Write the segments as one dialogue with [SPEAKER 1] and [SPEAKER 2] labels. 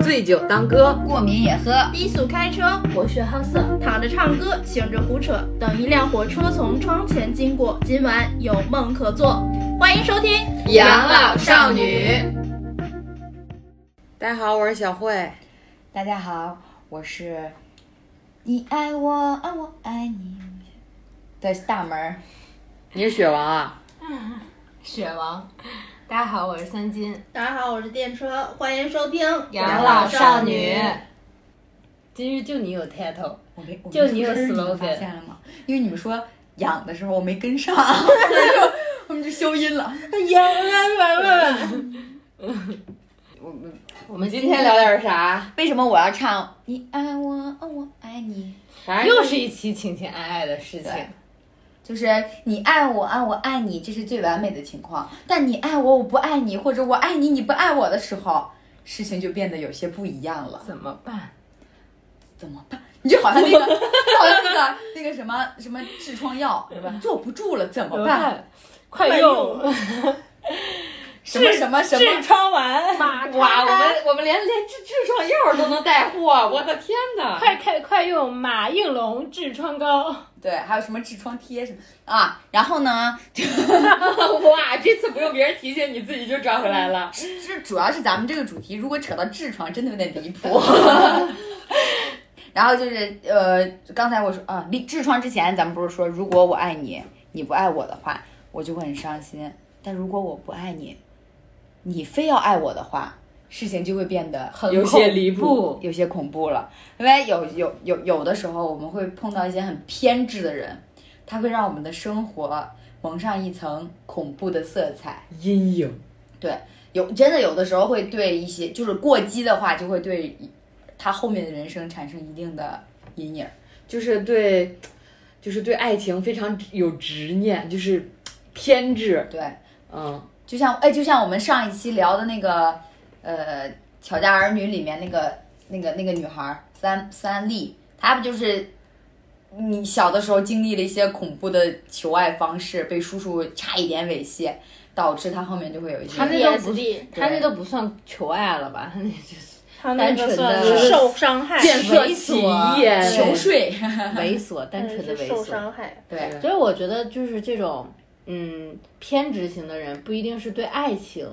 [SPEAKER 1] 醉酒当歌，
[SPEAKER 2] 过敏也喝。
[SPEAKER 3] 低速开车，博学好色，躺着唱歌，醒着胡扯。等一辆火车从窗前经过，今晚有梦可做。欢迎收听《
[SPEAKER 1] 养老少女》。大家好，我是小慧。
[SPEAKER 2] 大家好，我是你爱我，爱我爱你的大门儿。
[SPEAKER 1] 你是雪王啊？
[SPEAKER 4] 雪王，大家好，我是三金，
[SPEAKER 3] 大家好，我是电车，欢迎收听《
[SPEAKER 4] 养老少女。今日就你有 title，
[SPEAKER 2] 我没，我没
[SPEAKER 4] 就你有
[SPEAKER 2] 说是你们
[SPEAKER 4] slogan
[SPEAKER 2] 发现了吗？因为你们说养的时候我没跟 上，然后我们就消音了。养啊，
[SPEAKER 4] 我们
[SPEAKER 1] 今天聊点啥？
[SPEAKER 2] 为什么我要唱你爱我，哦我爱你？
[SPEAKER 1] 反正
[SPEAKER 4] 又是一期情情爱爱的事情
[SPEAKER 2] 对。就是你爱我啊，我爱你，这是最完美的情况。但你爱我，我不爱你，或者我爱你，你不爱我的时候，事情就变得有些不一样了。
[SPEAKER 4] 怎么办？
[SPEAKER 2] 怎么办？你就好像那 个，好像那个那个什么什么痔疮药是吧？坐不住了怎
[SPEAKER 4] 怎
[SPEAKER 2] 么
[SPEAKER 4] 么
[SPEAKER 2] 办？
[SPEAKER 4] 办？快用
[SPEAKER 2] 什么什么什么？
[SPEAKER 4] 痔疮丸，
[SPEAKER 1] 哇，我们我们连连痔痔疮药都能带货，我的天哪！
[SPEAKER 4] 快快快用马应龙痔疮膏。
[SPEAKER 2] 对，还有什么痔疮贴什么啊？然后呢，
[SPEAKER 1] 哇，这次不用别人提醒，你自己就找回来了。
[SPEAKER 2] 这主要是咱们这个主题，如果扯到痔疮，真的有点离 谱。然后就是呃，刚才我说啊，离痔疮之前，咱们不是说，如果我爱你，你不爱我的话，我就会很伤心；但如果我不爱你，你非要爱我的话，事情就会变得
[SPEAKER 4] 很
[SPEAKER 1] 有些
[SPEAKER 4] 恐
[SPEAKER 1] 离谱
[SPEAKER 4] 怖，
[SPEAKER 2] 有些恐怖了。因为有有有有的时候，我们会碰到一些很偏执的人，他会让我们的生活蒙上一层恐怖的色彩。
[SPEAKER 1] 阴影。
[SPEAKER 2] 对，有真的有的时候会对一些就是过激的话，就会对他后面的人生产生一定的阴影。
[SPEAKER 1] 就是对，就是对爱情非常有执念，就是偏执。
[SPEAKER 2] 对，
[SPEAKER 1] 嗯，
[SPEAKER 2] 就像哎，就像我们上一期聊的那个呃《乔家儿女》里面那个那个那个女孩儿三三丽，她不就是你小的时候经历了一些恐怖的求爱方式，被叔叔差一点猥亵，导致她后面就会有一些
[SPEAKER 4] 他那都不，他
[SPEAKER 2] 对
[SPEAKER 4] 那都不算求爱了吧？他 那就是
[SPEAKER 3] 他那个算
[SPEAKER 4] 单纯
[SPEAKER 3] 是
[SPEAKER 4] 的
[SPEAKER 3] 受伤害，
[SPEAKER 1] 见色
[SPEAKER 4] 猥
[SPEAKER 1] 起
[SPEAKER 4] 琐
[SPEAKER 1] 意，
[SPEAKER 2] 求睡。
[SPEAKER 4] 猥琐，单纯的
[SPEAKER 3] 嗯是
[SPEAKER 4] 猥
[SPEAKER 3] 受
[SPEAKER 4] 琐。
[SPEAKER 3] 伤害。
[SPEAKER 2] 对，
[SPEAKER 4] 所以我觉得就是这种，嗯，偏执型的人不一定是对爱情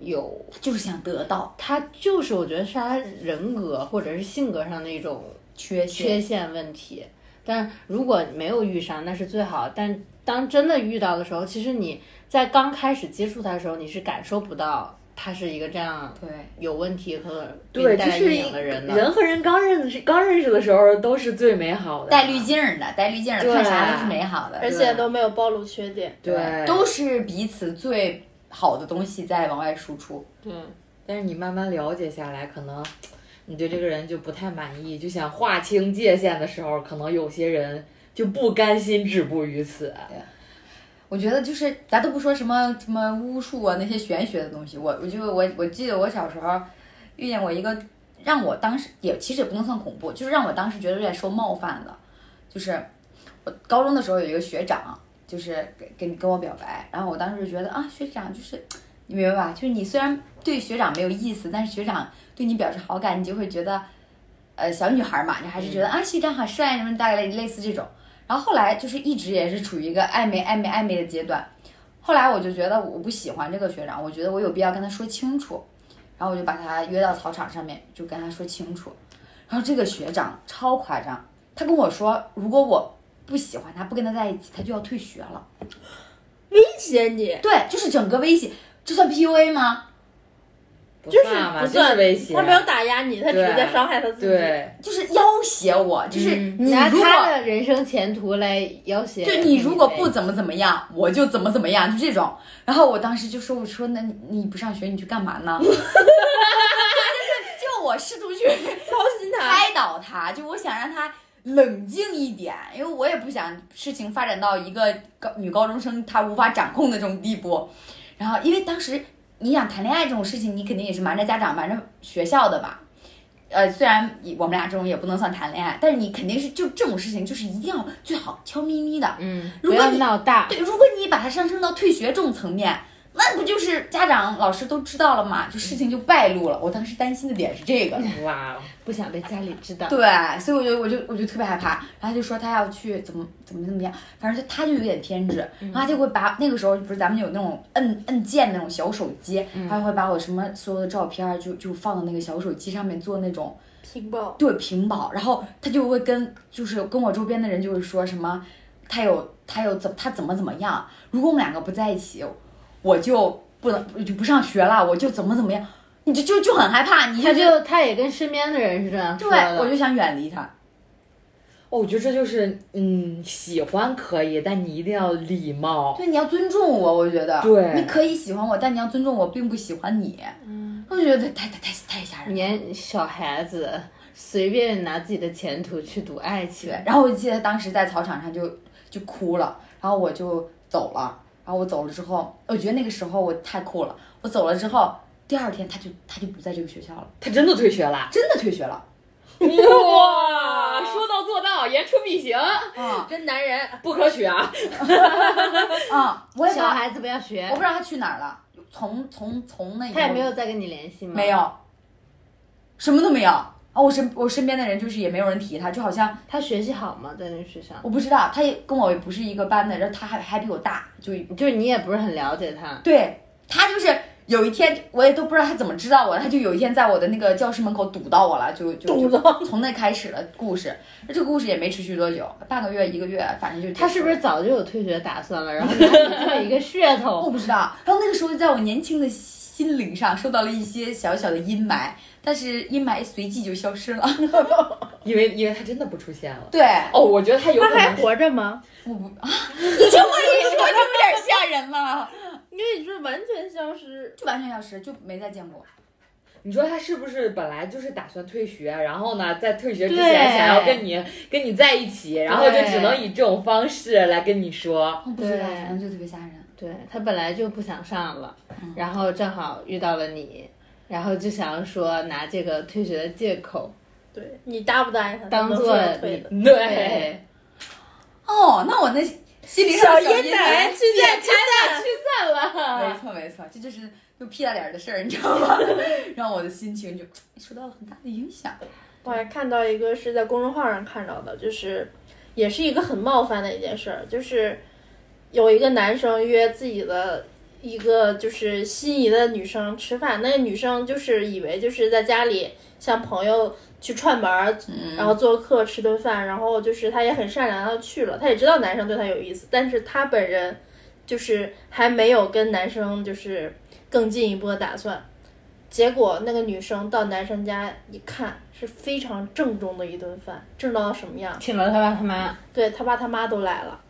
[SPEAKER 4] 有
[SPEAKER 2] 就是想得到
[SPEAKER 4] 他就是我觉得是他人格或者是性格上的一种
[SPEAKER 2] 缺陷。
[SPEAKER 4] 缺陷问题。但如果没有遇上，那是最好。但当真的遇到的时候，其实你在刚开始接触他的时候，你是感受不到他是一个这样
[SPEAKER 2] 对。
[SPEAKER 4] 有问题和给
[SPEAKER 1] 对，就
[SPEAKER 4] 你带来
[SPEAKER 1] 是
[SPEAKER 4] 阴影的人的。
[SPEAKER 1] 人和人刚认识刚认识的时候都是最美好的，
[SPEAKER 2] 带滤镜儿的，带滤镜儿的，
[SPEAKER 1] 对
[SPEAKER 2] 看啥都是美好的，
[SPEAKER 3] 而且都没有暴露缺点，
[SPEAKER 1] 对，
[SPEAKER 2] 都是彼此最好的东西在往外输出。
[SPEAKER 1] 对。但是你慢慢了解下来，可能你对这个人就不太满意，就想划清界限的时候，可能有些人就不甘心止步于此。
[SPEAKER 2] 我觉得就是咱都不说什么什么巫术啊那些玄学的东西，我我就我我记得我小时候遇见过一个让我当时也其实也不能算恐怖，就是让我当时觉得有点受冒犯的，就是我高中的时候有一个学长，就是给跟跟我表白，然后我当时就觉得啊学长就是你明白吧，就是你虽然对学长没有意思，但是学长对你表示好感，你就会觉得呃小女孩嘛，你还是觉得、啊学长好帅什么大概类类似这种。然后后来就是一直也是处于一个暧昧、暧昧、暧昧的阶段。后来我就觉得我不喜欢这个学长，我觉得我有必要跟他说清楚。然后我就把他约到操场上面，就跟他说清楚。然后这个学长超夸张，他跟我说，如果我不喜欢他，不跟他在一起，他就要退学了。
[SPEAKER 3] 威胁你，
[SPEAKER 2] 对，就是整个威胁，这算 PUA 吗？
[SPEAKER 1] 不
[SPEAKER 3] 就是
[SPEAKER 1] 算吧，
[SPEAKER 3] 不
[SPEAKER 1] 就是
[SPEAKER 3] 算
[SPEAKER 1] 威胁。
[SPEAKER 3] 他没有打压你，他只是
[SPEAKER 1] 对
[SPEAKER 3] 在伤害他自己。
[SPEAKER 1] 对，
[SPEAKER 2] 就是要挟我，就是你
[SPEAKER 4] 嗯拿
[SPEAKER 2] 如果、
[SPEAKER 4] 他的人生前途来要挟，
[SPEAKER 2] 就你如果不，怎么怎么样，我就怎么怎么样，就这种。然后我当时就说，我说那你你不上学，你去干嘛呢？ 就是就我试图去
[SPEAKER 3] 操心他，
[SPEAKER 2] 开导他，就我想让他冷静一点，因为我也不想事情发展到一个高女高中生她无法掌控的这种地步。然后，因为当时你想谈恋爱这种事情，你肯定也是瞒着家长、瞒着学校的吧？呃，虽然也我们俩这种也不能算谈恋爱，但是你肯定是就这种事情，就是一定要最好悄咪咪的。
[SPEAKER 4] 嗯，
[SPEAKER 2] 如
[SPEAKER 4] 不
[SPEAKER 2] 果
[SPEAKER 4] 要
[SPEAKER 2] 你
[SPEAKER 4] 闹大，
[SPEAKER 2] 对，如果你把它上升到退学这种层面，那不就是家长、老师都知道了嘛，就事情就败露了。我当时担心的点是这个，
[SPEAKER 1] 哇，哦
[SPEAKER 4] 不想被家里知道。
[SPEAKER 2] 对，所以我就我就我就特别害怕，然后他就说他要去怎么怎么怎么样，反正就他就有点偏执，然后他就会把那个时候不是咱们有那种摁摁键那种小手机，他就会把我什么所有的照片儿就就放到那个小手机上面做那种
[SPEAKER 3] 屏保，
[SPEAKER 2] 对屏保，然后他就会跟就是跟我周边的人就会说什么，他有他有怎他怎么怎么样，如果我们两个不在一起，我就不能就不上学了，我就怎么怎么样，你就就就很害怕，你
[SPEAKER 4] 他
[SPEAKER 2] 就
[SPEAKER 4] 就他也跟身边的人是这样说
[SPEAKER 2] 对
[SPEAKER 4] 的，
[SPEAKER 2] 我就想远离他，
[SPEAKER 1] 哦，我觉得这就是，嗯，喜欢可以，但你一定要礼貌。
[SPEAKER 2] 对你要尊重我，我觉得
[SPEAKER 1] 对
[SPEAKER 2] 你可以喜欢我，但你要尊重我，并不喜欢你，我就觉得太太太太吓人了。
[SPEAKER 4] 年小孩子随便拿自己的前途去赌爱情
[SPEAKER 2] 对，，然后我记得当时在操场上就就哭了，然后我就走了，然后我走了之后，我觉得那个时候我太酷了，我走了之后，第二天他就他就不在这个学校了，
[SPEAKER 1] 他真的退学 了，
[SPEAKER 2] 真的退学了
[SPEAKER 1] 哇，说到做到，言出必行，
[SPEAKER 4] 嗯
[SPEAKER 2] 啊
[SPEAKER 3] 真男人，
[SPEAKER 1] 不可取啊！
[SPEAKER 2] 啊！我也不知
[SPEAKER 4] 小
[SPEAKER 2] 道，
[SPEAKER 4] 孩子不要学
[SPEAKER 2] 我不，知道他去哪儿了，从从从那以后
[SPEAKER 4] 他也没有再跟你联系吗？
[SPEAKER 2] 没，有，什么都没有啊！我身我身边的人就是也没有人提他，就好像
[SPEAKER 4] 他学习好吗？在那个学校，
[SPEAKER 2] 我不知道，他也跟我也不是一个班的，然后他还还比我大，就
[SPEAKER 4] 就是你也不是很了解他，
[SPEAKER 2] 对他就是有一天，我也都不知道他怎么知道我，他就有一天在我的那个教室门口堵到我了，就就堵到，从那开始了故事。那这个故事也没持续多久，半个月一个月，反正就
[SPEAKER 4] 他是不是早就有退学打算了？然后你给你做一个噱
[SPEAKER 2] 我
[SPEAKER 4] 头，
[SPEAKER 2] 不知道。然后那个时候，在我年轻的心灵上受到了一些小小的阴霾，但是阴霾随即就消失了。
[SPEAKER 1] 因为因为他真的不出现了。
[SPEAKER 2] 对，
[SPEAKER 1] 哦，我觉得他有
[SPEAKER 3] 他
[SPEAKER 1] 可
[SPEAKER 3] 还
[SPEAKER 1] 能
[SPEAKER 3] 活着吗？
[SPEAKER 2] 我不啊，你这么一说就有点吓人了，
[SPEAKER 3] 因为你是完全消失，
[SPEAKER 2] 就完全消失，就没再见过。
[SPEAKER 1] 你说他是不是本来就是打算退学，然后呢，在退学之
[SPEAKER 4] 对
[SPEAKER 1] 前想要跟你跟你在一起，然后就只能以这种方式来跟你说。
[SPEAKER 2] 我哦不知道，
[SPEAKER 4] 对
[SPEAKER 2] 反正就特别吓人。
[SPEAKER 4] 对他本来就不想上了，然后正好遇到了你。然后就想要说拿这个退学的借口，
[SPEAKER 3] 对你答不答应他，
[SPEAKER 4] 当
[SPEAKER 3] 他能
[SPEAKER 4] 做
[SPEAKER 3] 说退的。
[SPEAKER 1] 对，
[SPEAKER 4] 对，
[SPEAKER 2] 哦，那我那心灵上的阴霾
[SPEAKER 3] 去见开了，
[SPEAKER 1] 散了。
[SPEAKER 2] 没错没错，这就是就屁大点儿的事儿，你知道吗？ 让我的心情就哎受到了很大的影响。啊
[SPEAKER 3] 我还看到一个是在公众号上看到的，就是也是一个很冒犯的一件事儿，就是有一个男生约自己的一个就是心仪的女生吃饭，那个女生就是以为就是在家里像朋友去串门儿，然后做客吃顿饭，然后就是她也很善良的去了，她也知道男生对她有意思，但是她本人就是还没有跟男生就是更进一步的打算。结果那个女生到男生家一看，是非常正宗的一顿饭，正到什么样？
[SPEAKER 4] 请了他爸他妈
[SPEAKER 3] 对他爸他妈都来了，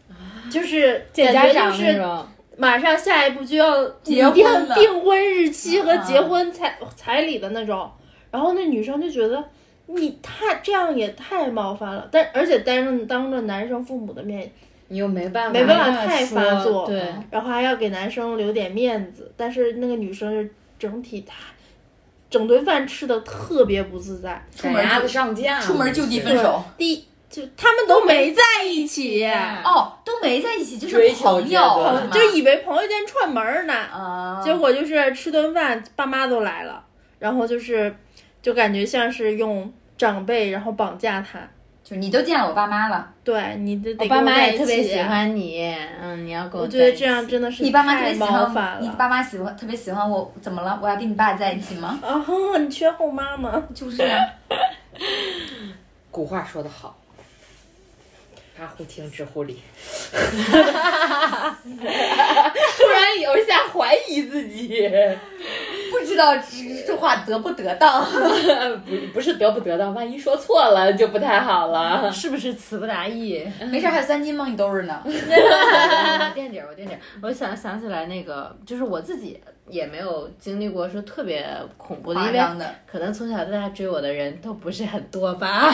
[SPEAKER 3] 就是
[SPEAKER 4] 啊见
[SPEAKER 3] 感
[SPEAKER 4] 家
[SPEAKER 3] 觉
[SPEAKER 4] 长
[SPEAKER 3] 就
[SPEAKER 4] 那
[SPEAKER 3] 是
[SPEAKER 4] 种，
[SPEAKER 3] 马上下一步就要
[SPEAKER 2] 结婚
[SPEAKER 3] 一定
[SPEAKER 2] 了
[SPEAKER 3] 订婚日期和结婚彩
[SPEAKER 4] 啊
[SPEAKER 3] 彩礼的那种，然后那女生就觉得你太这样也太冒犯了，但而且当着当着男生父母的面，
[SPEAKER 1] 你又没办法，
[SPEAKER 3] 没办法
[SPEAKER 4] 哎
[SPEAKER 3] 太
[SPEAKER 4] 说
[SPEAKER 3] 发作
[SPEAKER 4] 对，
[SPEAKER 3] 然后还要给男生留点面子，但是那个女生就整体她整顿饭吃的特别不自在，
[SPEAKER 1] 赶鸭子上架，
[SPEAKER 2] 出门就地分手
[SPEAKER 3] 第一就他们都没在一起。
[SPEAKER 2] 哦，都没在一起，就是
[SPEAKER 1] 追求
[SPEAKER 2] 朋
[SPEAKER 1] 阶
[SPEAKER 2] 友
[SPEAKER 1] 段
[SPEAKER 2] 是吗
[SPEAKER 3] 就以为朋友间串门儿呢，
[SPEAKER 2] 啊，
[SPEAKER 3] 结果就是吃顿饭，爸妈都来了，然后就是就感觉像是用长辈然后绑架他，
[SPEAKER 2] 就你都见了我爸妈了，
[SPEAKER 3] 对你得得
[SPEAKER 4] 哦我爸
[SPEAKER 3] 跟
[SPEAKER 4] 妈
[SPEAKER 3] 在
[SPEAKER 4] 也
[SPEAKER 3] 一
[SPEAKER 4] 特别
[SPEAKER 3] 起
[SPEAKER 4] 喜，欢你，嗯，你要跟
[SPEAKER 3] 我觉
[SPEAKER 4] 在
[SPEAKER 3] 得
[SPEAKER 4] 一
[SPEAKER 3] 这样
[SPEAKER 4] 起
[SPEAKER 3] 真的是
[SPEAKER 2] 你爸妈特
[SPEAKER 3] 太
[SPEAKER 2] 别喜
[SPEAKER 3] 冒
[SPEAKER 2] 欢
[SPEAKER 3] 犯
[SPEAKER 2] 你
[SPEAKER 3] 了。
[SPEAKER 2] 爸妈喜欢特别喜欢我，怎么了？我要跟你爸在一起吗？
[SPEAKER 3] 啊， 你缺后妈吗？
[SPEAKER 2] 就是这样，
[SPEAKER 1] 古话说得好，发乎情，止乎礼。突然有一下怀疑自己，
[SPEAKER 2] 不知道这这话得不得当。
[SPEAKER 1] 不不是得不得当，万一说错了就不太好 了。
[SPEAKER 4] 是不是词不达意？
[SPEAKER 2] 没事，还有三斤梦一兜着呢。
[SPEAKER 4] 我垫底儿，我垫底儿。我想想起来那个，就是我自己也没有经历过说特别恐怖的，
[SPEAKER 2] 夸
[SPEAKER 4] 因为
[SPEAKER 2] 张的
[SPEAKER 4] 可能从小到大追我的人都不是很多吧。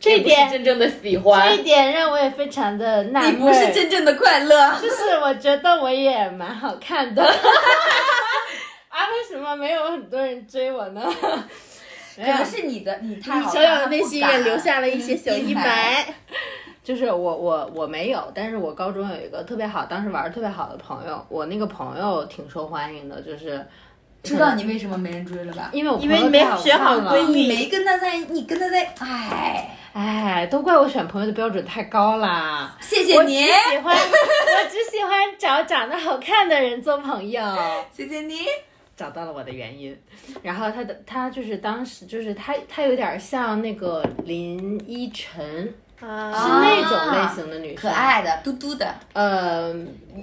[SPEAKER 4] 这
[SPEAKER 1] 这
[SPEAKER 4] 一
[SPEAKER 1] 不是
[SPEAKER 4] 点，
[SPEAKER 1] 真正的喜
[SPEAKER 4] 这
[SPEAKER 1] 欢
[SPEAKER 4] 一，点让我也非常的纳闷儿。
[SPEAKER 2] 你不是真正的快乐，
[SPEAKER 4] 就是我觉得我也蛮好看的。 啊，为什么没有很多人追我呢？没
[SPEAKER 2] 可
[SPEAKER 4] 有
[SPEAKER 2] 能，是你的你太
[SPEAKER 3] 啊你
[SPEAKER 2] 好
[SPEAKER 3] 小
[SPEAKER 2] 看
[SPEAKER 3] 小的
[SPEAKER 2] 了，
[SPEAKER 3] 内
[SPEAKER 2] 不
[SPEAKER 3] 心
[SPEAKER 2] 敢
[SPEAKER 3] 也留下了一些小
[SPEAKER 2] 嗯
[SPEAKER 3] 阴
[SPEAKER 2] 阴霾
[SPEAKER 3] 霾。
[SPEAKER 4] 就是我我我没有，但是我高中有一个特别好，当时玩的特别好的朋友，我那个朋友挺受欢迎的，就是
[SPEAKER 2] 知道你为什么没人追了吧？
[SPEAKER 4] 因为我
[SPEAKER 3] 因为
[SPEAKER 4] 朋友
[SPEAKER 3] 你没
[SPEAKER 4] 太好
[SPEAKER 3] 学好
[SPEAKER 4] 看了
[SPEAKER 3] 闺蜜
[SPEAKER 2] 你没跟他在，你跟他在，哎，
[SPEAKER 4] 哎，都怪我选朋友的标准太高啦！
[SPEAKER 2] 谢
[SPEAKER 4] 我
[SPEAKER 2] 谢
[SPEAKER 4] 只
[SPEAKER 2] 你，
[SPEAKER 4] 喜欢，我只喜欢找长得好看的人做朋友。
[SPEAKER 2] 谢谢你。
[SPEAKER 4] 找到了我的原因，然后他的他就是当时就是他他有点像那个林依晨，是
[SPEAKER 3] 啊，
[SPEAKER 4] 那种类型的女生，
[SPEAKER 2] 可，爱的，嘟嘟的，
[SPEAKER 4] 呃，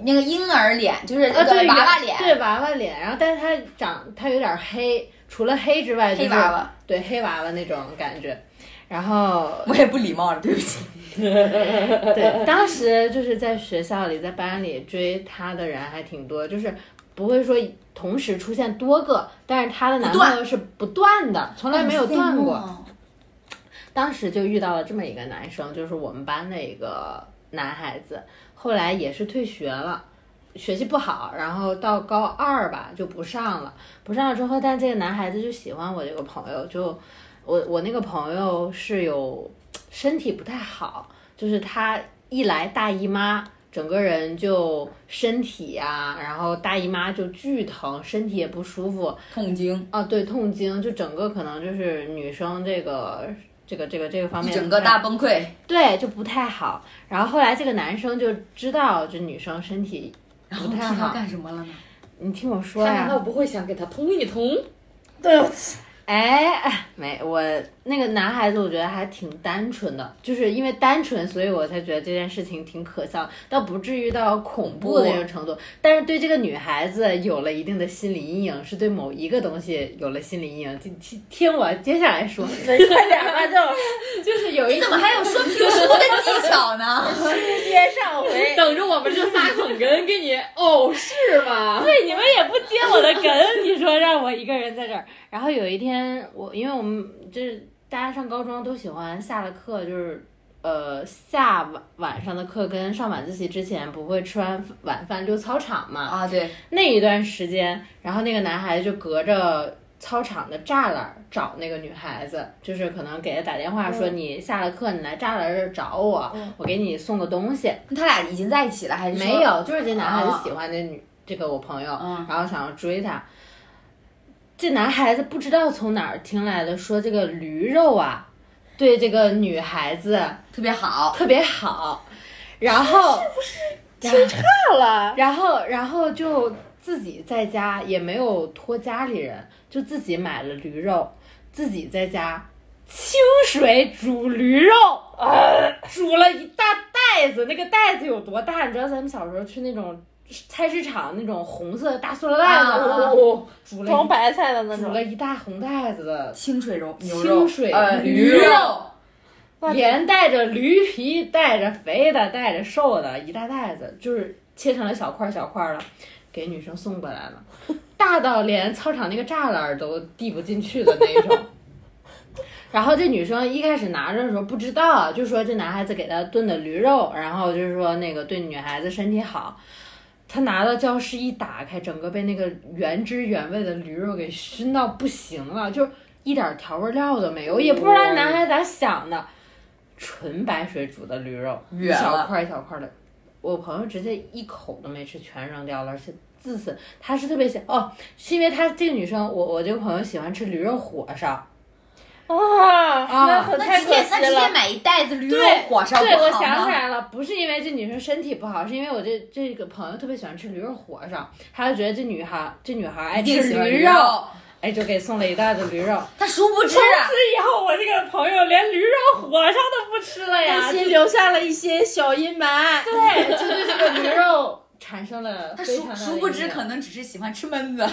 [SPEAKER 2] 那个婴儿脸，就是那
[SPEAKER 4] 呃，
[SPEAKER 2] 个
[SPEAKER 4] 对，
[SPEAKER 2] 娃娃脸，
[SPEAKER 4] 对娃娃脸，然后但是她长她有点黑，除了黑之外，
[SPEAKER 2] 黑
[SPEAKER 4] 就是
[SPEAKER 2] 娃娃，
[SPEAKER 4] 对黑娃娃那种感觉。然后，
[SPEAKER 2] 我也不礼貌了，对不起。
[SPEAKER 4] 对，当时就是在学校里，在班里追她的人还挺多，就是不会说同时出现多个，但是她的男
[SPEAKER 2] 不断
[SPEAKER 4] 朋友是不断的，从来没有断过。
[SPEAKER 2] 哦
[SPEAKER 4] 当时就遇到了这么一个男生，就是我们班的一个男孩子，后来也是退学了，学习不好，然后到高二吧就不上了，不上了之后，但这个男孩子就喜欢我这个朋友，就我我那个朋友是有身体不太好，就是他一来大姨妈。整个人就身体呀、然后大姨妈就巨疼，身体也不舒服，
[SPEAKER 2] 痛经，
[SPEAKER 4] 啊，对，痛经就整个可能就是女生这个这个这个这个方
[SPEAKER 2] 一
[SPEAKER 4] 面，
[SPEAKER 2] 整个大崩溃，
[SPEAKER 4] 对就不太好。然后后来这个男生就知道这女生身体不太
[SPEAKER 2] 知道
[SPEAKER 4] 好，
[SPEAKER 2] 干什么了呢？
[SPEAKER 4] 你听我说
[SPEAKER 1] 他
[SPEAKER 4] 呀
[SPEAKER 1] 难、道不会想给他通一通？
[SPEAKER 3] 对不起，
[SPEAKER 4] 哎，哎没，我那个男孩子，我觉得还挺单纯的，就是因为单纯，所以我才觉得这件事情挺可笑，倒不至于到恐怖的那种程度。但是对这个女孩子有了一定的心理阴影，是对某一个东西有了心理阴影。听听听我接下来 说，
[SPEAKER 3] 快点吧，就
[SPEAKER 4] 就是有一
[SPEAKER 2] 你怎么还有说评书的技巧呢？
[SPEAKER 3] 接上 回。
[SPEAKER 1] 等着我们这仨捧
[SPEAKER 4] 呃
[SPEAKER 1] 哏给你哦，是吗？
[SPEAKER 4] 对，你们也不接我的梗，你说让我一个人在这儿。然后有一天，我因为我们就是大家上高中都喜欢下了课就是。呃，下晚晚上的课跟上晚自习之前不会吃完晚饭溜操场嘛？
[SPEAKER 2] 啊，对，
[SPEAKER 4] 那一段时间，然后那个男孩子就隔着操场的栅栏找那个女孩子，就是可能给她打电话说、你下了课你来栅栏这儿找我，
[SPEAKER 3] 嗯
[SPEAKER 4] 我给你送个东西。
[SPEAKER 2] 他俩已经在一起了还是说哦
[SPEAKER 4] 没？有，就是这男孩子喜欢这女、这个我朋友，
[SPEAKER 2] 嗯
[SPEAKER 4] 然后想要追她。这男孩子不知道从哪儿听来的，说这个驴肉啊，对这个女孩子
[SPEAKER 2] 特别好，
[SPEAKER 4] 特别好，然后
[SPEAKER 3] 到了，
[SPEAKER 4] 然后然后就自己在家也没有托家里人，就自己买了驴肉，自己在家清水煮驴肉，呃、煮了一大袋子，那个袋子有多大？你知道咱们小时候去那种菜市场那种红色的大塑料袋子，
[SPEAKER 2] 啊啊啊
[SPEAKER 4] 哦煮 了
[SPEAKER 3] 装
[SPEAKER 4] 一
[SPEAKER 3] 白菜的那
[SPEAKER 4] 煮
[SPEAKER 3] 种，
[SPEAKER 4] 了一大红袋子的
[SPEAKER 2] 清水肉牛肉，
[SPEAKER 4] 清水
[SPEAKER 2] 呃
[SPEAKER 4] 驴
[SPEAKER 2] 肉，
[SPEAKER 4] 肉连带着驴皮，带着肥的，带着瘦的，一大袋子，就是切成了小块儿小块儿的，给女生送过来了，大到连操场那个栅栏都递不进去的那种。然后这女生一开始拿着的时候不知道，就说这男孩子给她炖的驴肉，然后就是说那个对女孩子身体好。她拿到教室一打开，整个被那个原汁原味的驴肉给熏到不行了，就一点调味料都没有，也不知道男孩子咋想的，纯白水煮的驴肉，一
[SPEAKER 2] 远
[SPEAKER 4] 小
[SPEAKER 2] 了
[SPEAKER 4] 块一小块的。我朋友直接一口都没吃，全扔掉了，而且自此她是特别喜哦，是因为她这个女生，我我这个朋友喜欢吃驴肉火烧，
[SPEAKER 3] 啊，那可
[SPEAKER 2] 那
[SPEAKER 3] 太
[SPEAKER 2] 直
[SPEAKER 3] 可
[SPEAKER 2] 接那
[SPEAKER 3] 惜
[SPEAKER 2] 直接
[SPEAKER 3] 了。
[SPEAKER 2] 买一袋子驴肉
[SPEAKER 4] 对
[SPEAKER 2] 火烧不
[SPEAKER 4] 对，我
[SPEAKER 2] 好
[SPEAKER 4] 想起
[SPEAKER 2] 吗？
[SPEAKER 4] 来了，不是因为这女生身体不好，是因为我这这个朋友特别喜欢吃驴肉火烧，他就觉得这女孩这女孩爱
[SPEAKER 2] 一定
[SPEAKER 4] 吃
[SPEAKER 2] 喜欢
[SPEAKER 4] 驴
[SPEAKER 2] 驴
[SPEAKER 4] 肉，，哎，就给送了一袋子驴肉。
[SPEAKER 2] 他殊不知
[SPEAKER 4] 从
[SPEAKER 2] 啊
[SPEAKER 4] 此以后，我这个朋友连驴肉火烧都不吃了呀，
[SPEAKER 3] 内心哎留下了一些小阴霾。
[SPEAKER 4] 对，就对这个驴肉产生了
[SPEAKER 2] 他
[SPEAKER 4] 非常
[SPEAKER 2] 殊
[SPEAKER 4] 大的
[SPEAKER 2] 殊不知
[SPEAKER 4] 影响
[SPEAKER 2] 可能只是喜欢吃焖子，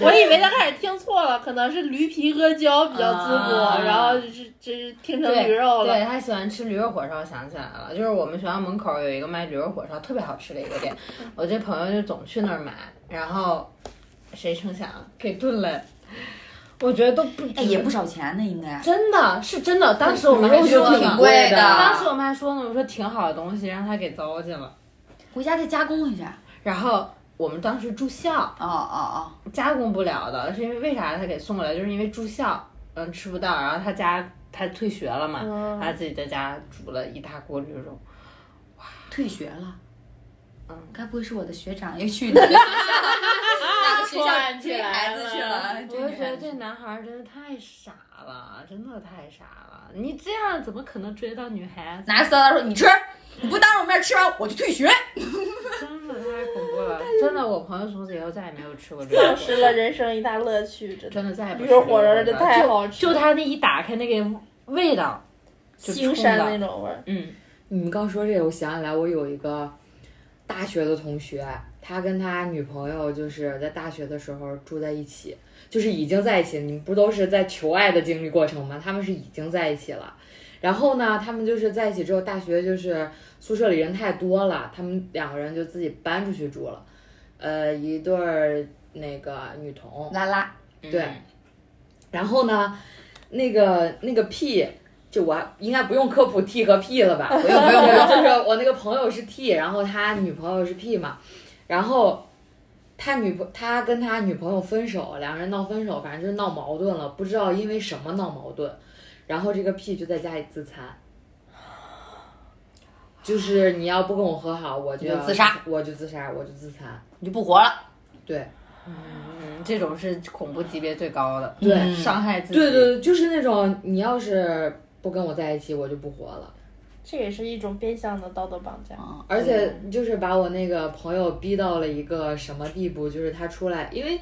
[SPEAKER 3] 我以为他开始听错了，可能是驴皮阿胶比较滋补，
[SPEAKER 4] 啊
[SPEAKER 3] 然后就是就是 听成
[SPEAKER 4] 对
[SPEAKER 3] 驴肉了。
[SPEAKER 4] 对，他喜欢吃驴肉火烧，想起来了，就是我们学校门口有一个卖驴肉火烧特别好吃的一个店，我这朋友就总去那儿买，然后谁成想给炖了，我觉得都不值，
[SPEAKER 2] 哎，也不少钱呢，应该。
[SPEAKER 4] 真的是真的，当时我们还
[SPEAKER 1] 还是
[SPEAKER 4] 说
[SPEAKER 1] 挺
[SPEAKER 4] 呢。
[SPEAKER 2] 贵的
[SPEAKER 4] 当时我们还说呢，我说挺好的东西，让他给糟践了。
[SPEAKER 2] 回家再加工一下。
[SPEAKER 4] 然后我们当时住校，
[SPEAKER 2] 哦哦
[SPEAKER 4] 加工不了的，是因为为啥他给送过来？就是因为住校，嗯，吃不到，然后他家他退学了嘛，
[SPEAKER 3] 嗯
[SPEAKER 4] 他自己在家煮了一大锅驴肉，
[SPEAKER 2] 退学了。
[SPEAKER 4] 嗯
[SPEAKER 2] 该不会是我的学长又去你的学校， 那个学
[SPEAKER 3] 突
[SPEAKER 2] 校
[SPEAKER 3] 然起
[SPEAKER 2] 追孩
[SPEAKER 3] 来
[SPEAKER 2] 子去
[SPEAKER 3] 了
[SPEAKER 2] 了？
[SPEAKER 4] 我
[SPEAKER 2] 追
[SPEAKER 4] 就
[SPEAKER 2] 女
[SPEAKER 4] 觉得
[SPEAKER 2] 孩子
[SPEAKER 4] 这男孩儿真是太傻了，真的太傻了，你这样怎么可能追到女孩子？
[SPEAKER 2] 拿塑料袋说你吃，你不当着我面吃啊完我就退学。
[SPEAKER 4] 真的太恐怖了，真的，我朋友从此以后再也没有吃过驴肉
[SPEAKER 3] 丧，失了人生一大乐趣，真的。
[SPEAKER 4] 真的再也不
[SPEAKER 3] 驴
[SPEAKER 4] 吃
[SPEAKER 3] 肉火
[SPEAKER 4] 了
[SPEAKER 3] 烧这太好吃
[SPEAKER 4] 就
[SPEAKER 3] 了，
[SPEAKER 4] 他那一打开那个味道，就
[SPEAKER 3] 腥
[SPEAKER 4] 冲
[SPEAKER 3] 膻
[SPEAKER 4] 到
[SPEAKER 3] 那种味儿。
[SPEAKER 4] 嗯，
[SPEAKER 1] 你们刚说这个，我想起来，我有一个大学的同学，他跟他女朋友就是在大学的时候住在一起，就是已经在一起了。你们不都是在求爱的经历过程吗？他们是已经在一起了。然后呢，他们就是在一起之后，大学就是宿舍里人太多了，他们两个人就自己搬出去住了。呃，一对儿那个女同，
[SPEAKER 2] 拉拉，
[SPEAKER 3] 嗯
[SPEAKER 1] 对然后呢，那个那个 P，就我还应该不用科普 T 和 P 了吧？不用不用不用，就是我那个朋友是 T，然后他女朋友是 P 嘛，然后他女朋他跟他女朋友分手，两个人闹分手，反正就是闹矛盾了，不知道因为什么闹矛盾，然后这个 P 就在家里自残。就是你要不跟我和好，我就
[SPEAKER 2] 你就
[SPEAKER 1] 要
[SPEAKER 2] 自杀，
[SPEAKER 1] 我就自杀，我就自残。
[SPEAKER 2] 你就不活了。
[SPEAKER 1] 对
[SPEAKER 4] 嗯，这种是恐怖级别最高的，
[SPEAKER 1] 对
[SPEAKER 2] 嗯
[SPEAKER 4] 伤害自己，
[SPEAKER 1] 对对，对，就是那种你要是不跟我在一起，我就不活了。
[SPEAKER 3] 这也是一种变相的道德绑架。
[SPEAKER 2] 嗯，
[SPEAKER 1] 而且就是把我那个朋友逼到了一个什么地步，就是他出来，因为，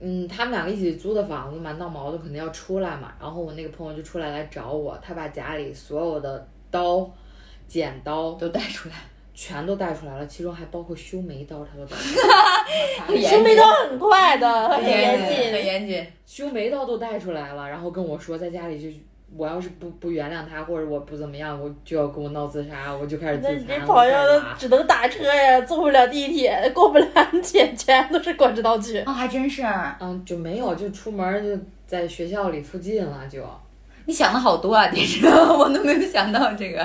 [SPEAKER 1] 嗯，他们两个一起租的房子嘛，闹矛盾肯定要出来嘛。然后我那个朋友就出来来找我，他把家里所有的刀、剪刀
[SPEAKER 2] 都带 出来，
[SPEAKER 1] 全都带出来了，其中还包括修眉刀，他都带出来了。
[SPEAKER 2] 很严
[SPEAKER 3] 修眉
[SPEAKER 2] 谨，
[SPEAKER 3] 刀很快的，很
[SPEAKER 2] 很严
[SPEAKER 3] 严
[SPEAKER 2] 谨，很
[SPEAKER 3] 谨。
[SPEAKER 2] 严谨。
[SPEAKER 1] 修眉刀都带出来了，然后跟我说在家里就。我要是不不原谅他，或者我不怎么样，我就要跟我闹自杀，我就开始自
[SPEAKER 3] 那
[SPEAKER 1] 残。
[SPEAKER 3] 你这
[SPEAKER 1] 我
[SPEAKER 3] 朋友
[SPEAKER 1] 干
[SPEAKER 3] 都
[SPEAKER 1] 嘛
[SPEAKER 3] 只能打车呀，坐不了地铁，过不了安检，全都是管制刀 具。
[SPEAKER 2] 啊，还真是，
[SPEAKER 1] 嗯，就没有，就出门儿就在学校里附近了，就
[SPEAKER 2] 你想的好多啊，电视，我都没有想到这个。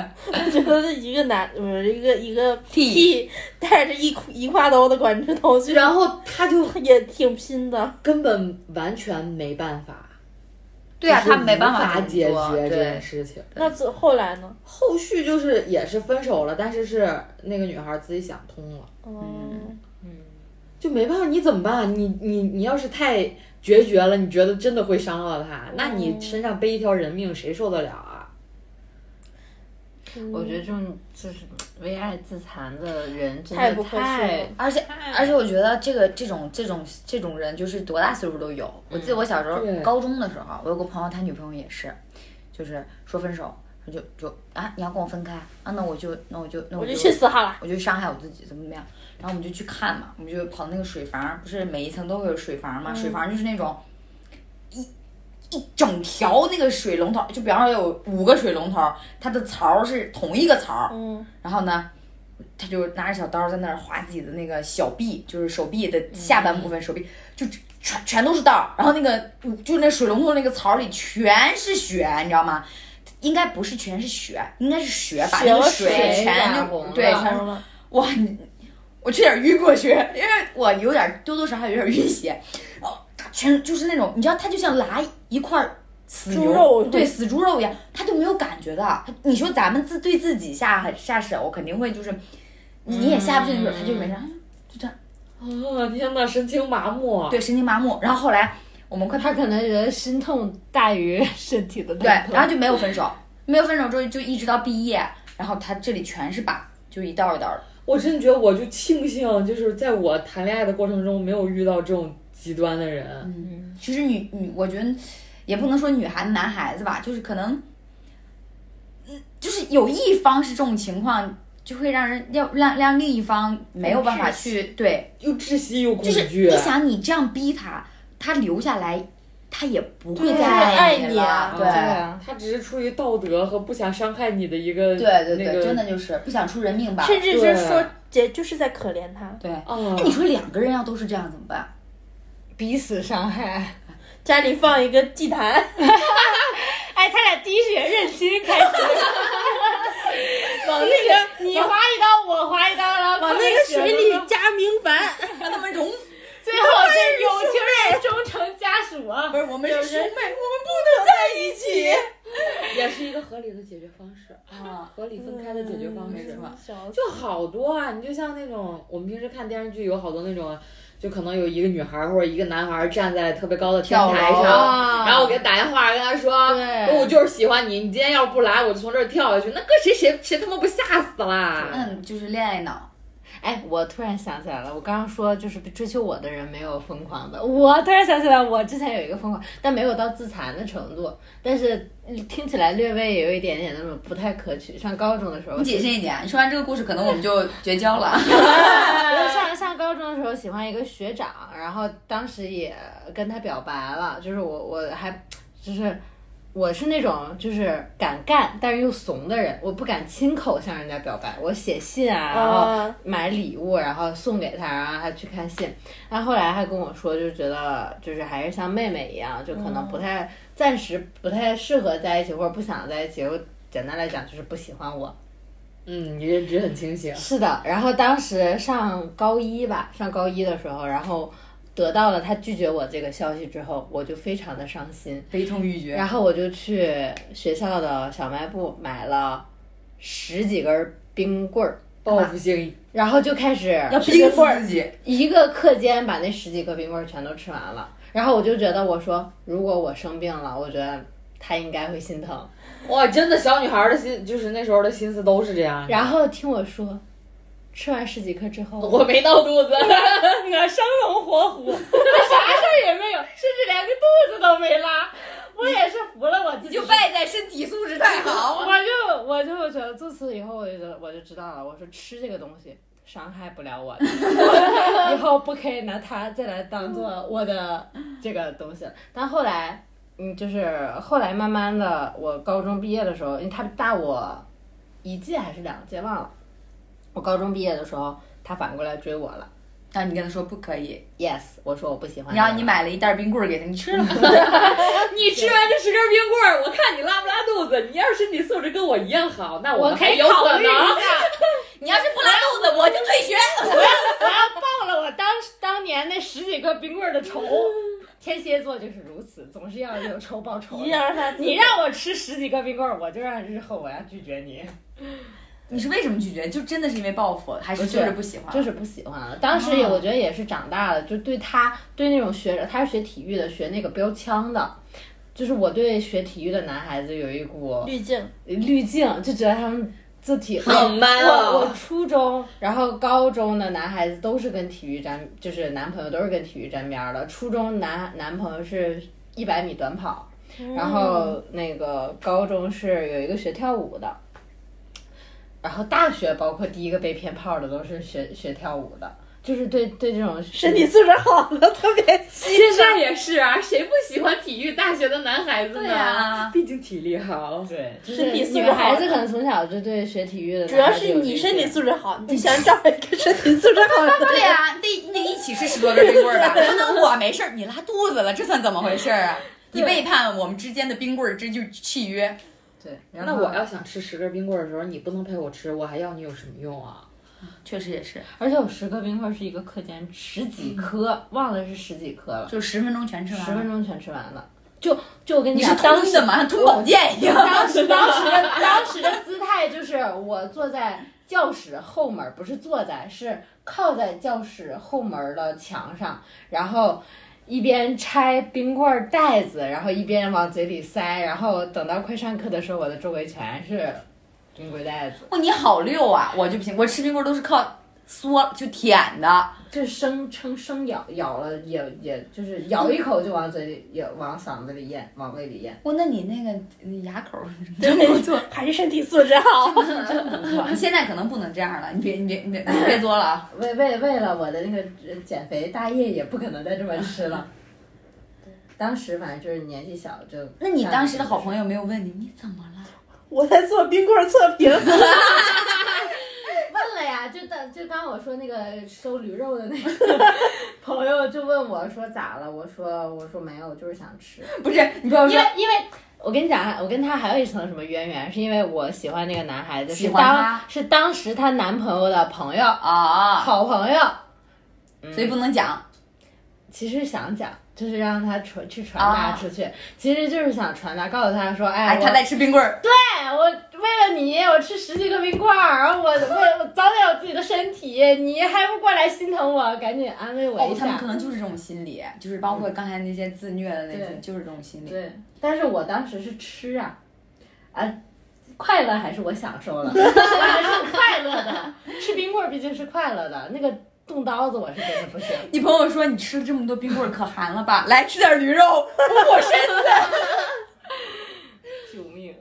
[SPEAKER 3] 觉得一个男，不是一个一个
[SPEAKER 2] T
[SPEAKER 3] T 带着一裤一挎刀的管制刀具，
[SPEAKER 1] 然后他就
[SPEAKER 3] 也挺拼的。
[SPEAKER 1] 根本完全没办法，
[SPEAKER 2] 对啊，
[SPEAKER 1] 就是
[SPEAKER 2] 他们没办
[SPEAKER 1] 无
[SPEAKER 2] 法
[SPEAKER 1] 法
[SPEAKER 2] 怎么
[SPEAKER 1] 解
[SPEAKER 2] 做
[SPEAKER 1] 决这件
[SPEAKER 2] 对，
[SPEAKER 1] 事情。
[SPEAKER 3] 那最后来呢？
[SPEAKER 1] 后续就是也是分手了，但是是那个女孩儿自己想通了，
[SPEAKER 3] 嗯，
[SPEAKER 4] 嗯，
[SPEAKER 1] 就没办法，你怎么办？你你你要是太决绝了，你觉得真的会伤到他，那你身上背一条人命，谁受得了啊？
[SPEAKER 3] 嗯
[SPEAKER 4] 我觉得这种就是为爱自残的人真
[SPEAKER 3] 太
[SPEAKER 4] 的
[SPEAKER 3] 不可取了
[SPEAKER 4] 太，
[SPEAKER 2] 而且而且我觉得这个这种这种这种人，就是多大岁数都有。我记得我小时候、
[SPEAKER 1] 对
[SPEAKER 2] 高中的时候，我有个朋友，他女朋友也是，就是说分手，他就就啊，你要跟我分开啊，那我就那我就那
[SPEAKER 3] 我
[SPEAKER 2] 我
[SPEAKER 3] 就
[SPEAKER 2] 就
[SPEAKER 3] 去死哈啦。
[SPEAKER 2] 我就伤害我自己，怎么怎么样。然后我们就去看嘛，我们就跑那个水房，不是每一层都会有水房嘛？水房就是那种一一整条那个水龙头，就比方说有五个水龙头，它的槽是同一个槽，
[SPEAKER 3] 嗯，
[SPEAKER 2] 然后呢，他就拿着小刀在那儿划自己的那个小臂，就是手臂
[SPEAKER 4] 嗯
[SPEAKER 2] 的下半部分，手臂就全全都是道，然后那个就那水龙头那个槽里全是血，你知道吗？应该不是全是血，应该是血把
[SPEAKER 3] 血
[SPEAKER 2] 那个
[SPEAKER 3] 和
[SPEAKER 2] 水
[SPEAKER 4] 水
[SPEAKER 2] 全
[SPEAKER 4] 染
[SPEAKER 2] 就
[SPEAKER 4] 红
[SPEAKER 2] 对，
[SPEAKER 4] 了
[SPEAKER 2] 全
[SPEAKER 3] 红了
[SPEAKER 2] 哇，你我差点晕过去，因为我有点多多少少有点晕血，哦，它全就是那种，你知道，它就像拉一块儿死
[SPEAKER 3] 猪
[SPEAKER 2] 牛
[SPEAKER 3] 肉
[SPEAKER 2] 对，死猪肉一样，它就没有感觉的。它你说咱们自对自己下下手，肯定会就是，你你也下不去手，他就没啥，就这样，
[SPEAKER 1] 啊，天呐，神经麻木。
[SPEAKER 2] 对，神经麻木。然后后来我们快
[SPEAKER 4] 他可能觉得心痛大于身体的
[SPEAKER 2] 对，
[SPEAKER 4] 疼
[SPEAKER 2] 然
[SPEAKER 3] 啊
[SPEAKER 4] 痛。
[SPEAKER 2] 后就没有分手，没有分手之后就一直到毕业，然后他这里全是疤，就一道一道的。
[SPEAKER 1] 我真觉得我就庆幸，就是在我谈恋爱的过程中没有遇到这种极端的人。
[SPEAKER 2] 其实女女，我觉得也不能说女孩子男孩子吧，就是可能，嗯，就是有一方是这种情况，就会让人要让让另一方没有办法去对，
[SPEAKER 1] 又窒息又恐
[SPEAKER 2] 就是
[SPEAKER 1] 惧。啊
[SPEAKER 2] 你想你这样逼他，他留下来，他也不会
[SPEAKER 3] 对
[SPEAKER 2] 再
[SPEAKER 3] 他爱
[SPEAKER 2] 你
[SPEAKER 3] 你啊
[SPEAKER 2] 了，
[SPEAKER 4] 对啊，
[SPEAKER 1] 他只是出于道德和不想伤害你的一个
[SPEAKER 2] 对对对
[SPEAKER 1] 那个、
[SPEAKER 2] 对，真的就是不想出人命吧，
[SPEAKER 3] 甚至是
[SPEAKER 1] 对
[SPEAKER 3] 说，姐就是在可怜他。
[SPEAKER 2] 对。
[SPEAKER 1] 哦
[SPEAKER 2] 那，你说两个人要都是这样怎么办？
[SPEAKER 4] 彼此伤害。
[SPEAKER 3] 家里放一个祭坛，
[SPEAKER 4] 哎，他俩滴血认亲开始，
[SPEAKER 3] 往那个
[SPEAKER 4] 你划一刀，我划一刀，然后
[SPEAKER 3] 往那个水里加明 矾，
[SPEAKER 2] 让他们融，
[SPEAKER 4] 最后是有情人终成家属啊！
[SPEAKER 2] 不是我们是兄妹，我们不能
[SPEAKER 3] 在一起。
[SPEAKER 1] 个合理的解决方式，
[SPEAKER 2] 啊，
[SPEAKER 1] 合理分开的解决方式。
[SPEAKER 2] 是吧
[SPEAKER 3] 笑死
[SPEAKER 1] 嗯就好多啊！你就像那种我们平时看电视剧，有好多那种，啊就可能有一个女孩儿或者一个男孩儿站在特别高的天台
[SPEAKER 2] 跳楼
[SPEAKER 1] 上，
[SPEAKER 4] 啊
[SPEAKER 1] 然后我给他打电话，跟他说，哦
[SPEAKER 4] 对，
[SPEAKER 1] 我就是喜欢你，你今天要是不来，我就从这儿跳下去，那搁谁谁谁他妈不吓死啊啦！
[SPEAKER 2] 嗯，就是恋爱脑，
[SPEAKER 4] 哎，我突然想起来了，我刚刚说就是追求我的人没有疯狂的，我突然想起来，我之前有一个疯狂，但没有到自残的程度，但是听起来略微也有一点点那种不太可取。上高中的时候
[SPEAKER 2] 你，谨慎一点啊。你说完这个故事，可能我们就绝交了。
[SPEAKER 4] 上上高中的时候喜欢一个学长，然后当时也跟他表白了，就是我我还就是我是那种就是敢干但是又怂的人，我不敢亲口向人家表白，我写信啊，然后
[SPEAKER 3] 啊！
[SPEAKER 4] 买礼物，然后送给他，然后他去看信。他后来还跟我说，就觉得就是还是像妹妹一样，就可能不太、暂时不太适合在一起，或者不想在一起。我简单来讲就是不喜欢我。
[SPEAKER 1] 嗯，你认知很清醒。
[SPEAKER 4] 是的，然后当时上高一吧，上高一的时候，然后得到了他拒绝我这个消息之后，我就非常的伤心。
[SPEAKER 2] 悲痛欲绝。
[SPEAKER 4] 然后我就去学校的小卖部买了十几根冰棍儿，
[SPEAKER 1] 报复性
[SPEAKER 4] 然后就开始
[SPEAKER 2] 要
[SPEAKER 4] 吃
[SPEAKER 2] 逼
[SPEAKER 4] 冰棍儿
[SPEAKER 2] 死自己，
[SPEAKER 4] 一个课间把那十几个冰棍儿全都吃完了，然后我就觉得我说，如果我生病了，我觉得他应该会心疼。
[SPEAKER 1] 哇，真的小女孩儿的心，就是那时候的心思都是这样。
[SPEAKER 4] 然后听我说，吃完十几颗之后，
[SPEAKER 1] 我没闹肚子，
[SPEAKER 4] 我啊生龙活 虎，啥事儿也没有，甚至连个肚子都没拉，我也是服了我自
[SPEAKER 2] 你
[SPEAKER 4] 己
[SPEAKER 2] 就。败在身体素质太好。
[SPEAKER 4] 我就我就觉得自此以后，我就觉得我就知道了，我说吃这个东西伤害不了我的， 以后不可以拿它再来当做我的这个东西了。但后来，嗯，就是后来慢慢的，我高中毕业的时候，因为他大我一届还是两届忘了，我高中毕业的时候，他反过来追我了。
[SPEAKER 2] 那你跟他说不可以，
[SPEAKER 4] Yes，我说我不喜欢。
[SPEAKER 2] 你让你。买了一袋冰棍儿给他，你吃了吗？
[SPEAKER 1] 你吃完这十根冰棍儿，我看你拉不拉肚子。你要是身体素质跟我一样好，那
[SPEAKER 4] 我
[SPEAKER 1] 们
[SPEAKER 4] 可
[SPEAKER 1] 还
[SPEAKER 4] 以
[SPEAKER 1] 有
[SPEAKER 4] 考
[SPEAKER 1] 可
[SPEAKER 4] 虑一
[SPEAKER 1] 能。
[SPEAKER 4] 下，
[SPEAKER 2] 你要是不拉肚子，我就退学。
[SPEAKER 4] 我要报了我当时当年那十几个冰棍儿的仇。天蝎座就是如此，总是要有仇报仇的。
[SPEAKER 3] 一样让他自
[SPEAKER 4] 你让我吃十几个冰棍儿，我就让日后我要拒绝你，
[SPEAKER 2] 你是为什么拒绝？就真的是因为报复，还是
[SPEAKER 4] 不是
[SPEAKER 2] 就是不喜欢？
[SPEAKER 4] 就是不喜欢了。当时也我觉得也是长大了，就对他对那种学他是学体育的，学那个标枪的，就是我对学体育的男孩子有一股
[SPEAKER 3] 滤镜，
[SPEAKER 4] 滤镜，就觉得他们字体
[SPEAKER 1] 好 man
[SPEAKER 3] 啊
[SPEAKER 4] 我我
[SPEAKER 1] 哦！
[SPEAKER 4] 初中，然后高中的男孩子都是跟体育沾，就是男朋友都是跟体育沾边儿的。初中男男朋友是一百米短跑，
[SPEAKER 3] 嗯
[SPEAKER 4] 然后那个高中是有一个学跳舞的，然后大学包括第一个被骗炮的都是学学跳舞的，就是对对这种
[SPEAKER 3] 身体素质好的特别气。
[SPEAKER 1] 现在也是啊，谁不喜欢体育大学的男孩子
[SPEAKER 2] 对
[SPEAKER 1] 呢？
[SPEAKER 2] 呀、
[SPEAKER 1] 毕竟体力好。
[SPEAKER 4] 对，就
[SPEAKER 3] 身体
[SPEAKER 4] 是
[SPEAKER 3] 素质
[SPEAKER 4] 女孩
[SPEAKER 3] 好
[SPEAKER 4] 子可能从小就对学体育的
[SPEAKER 3] 主要
[SPEAKER 4] 男孩子
[SPEAKER 3] 是
[SPEAKER 4] 有
[SPEAKER 3] 你
[SPEAKER 4] 滤
[SPEAKER 3] 身体
[SPEAKER 4] 镜
[SPEAKER 3] 素质好，你就想找一个身体素质好的。
[SPEAKER 2] 对呀、你得你得一起吃十多根冰棍儿吧？ 可能我没事儿，你拉肚子了，这算怎么回事儿 啊？你背叛我们之间的冰棍儿之就契约，
[SPEAKER 4] 对，然
[SPEAKER 1] 那
[SPEAKER 4] 后
[SPEAKER 1] 我要想吃十根冰棍儿的时候，你不能陪我吃，我还要你有什么用啊？
[SPEAKER 2] 确实也是，
[SPEAKER 4] 而且我十颗冰块是一个课间十几颗，忘了是十几颗了。
[SPEAKER 2] 就十分钟嗯全吃
[SPEAKER 4] 十
[SPEAKER 2] 完
[SPEAKER 4] 分
[SPEAKER 2] 了。
[SPEAKER 4] 钟全吃完了。就就我跟
[SPEAKER 2] 你是
[SPEAKER 4] 讲，当
[SPEAKER 2] 吞
[SPEAKER 4] 时
[SPEAKER 2] 的吗？ 像吞宝剑一 样。
[SPEAKER 4] 当时当时的当时的姿态就是我坐在教室后门，不是坐在，是靠在教室后门的墙上，然后。一边拆冰棍袋子，然后一边往嘴里塞，然后等到快上课的时候，我的周围全是冰棍袋子，
[SPEAKER 2] 哇，你好溜啊！我就不行，我吃冰棍儿都是靠嗦就舔的。
[SPEAKER 4] 这生生生咬咬了也也就是咬一口就往嘴里，也往嗓子里咽，往胃里咽。
[SPEAKER 2] 哇，哦那你那个你牙口儿
[SPEAKER 3] 嗯
[SPEAKER 2] 真不错，
[SPEAKER 3] 还是身体素质好，
[SPEAKER 2] 真不错。 你现在可能不能这样了，你别你别你别你别作了啊！
[SPEAKER 4] 为为为了我的那个呃减肥大业，也不可能再这么吃了。当时反正就是年纪小就，
[SPEAKER 2] 那你当时的好朋友没有问你你怎么了？
[SPEAKER 3] 我在做冰棍儿测评。
[SPEAKER 4] 问了呀，就当就刚我说那个收驴肉的那个朋友就问我说咋了，我说我说没有，就是想吃。
[SPEAKER 2] 不是，你不要
[SPEAKER 4] 因
[SPEAKER 2] 说
[SPEAKER 4] 为因为我跟你讲，啊我跟他还有一层什么渊源，是因为我喜欢那个男孩子，
[SPEAKER 2] 喜
[SPEAKER 4] 是
[SPEAKER 2] 欢
[SPEAKER 4] 当
[SPEAKER 2] 他
[SPEAKER 4] 是当时她男朋友的朋友，
[SPEAKER 2] 啊，
[SPEAKER 4] 好朋友。
[SPEAKER 2] 所以不能讲。
[SPEAKER 4] 其实想讲，就是让他传去传达
[SPEAKER 2] 啊
[SPEAKER 4] 出去，其实就是想传达，告诉他说，哎，
[SPEAKER 2] 哎，
[SPEAKER 4] 我
[SPEAKER 2] 他在吃冰棍儿，
[SPEAKER 4] 哎我为了你，我吃十几个冰棍儿，然后我为我早点有自己的身体，你还不过来心疼我，赶紧安慰我
[SPEAKER 2] 哦
[SPEAKER 4] 一，
[SPEAKER 2] 他们
[SPEAKER 4] 下
[SPEAKER 2] 可。能就是这种心理，就是包括刚才那些自虐的那些
[SPEAKER 4] 对，
[SPEAKER 2] 就是这种心理。
[SPEAKER 4] 对，但是我当时是吃啊，啊，快乐还是我享受了，我还 是快乐的。吃冰棍儿毕竟是快乐的，那个动刀子我是真的不行。
[SPEAKER 2] 你朋友说你吃了这么多冰棍儿，可寒了吧？ 来吃点驴肉补补身子。
[SPEAKER 4] 救命！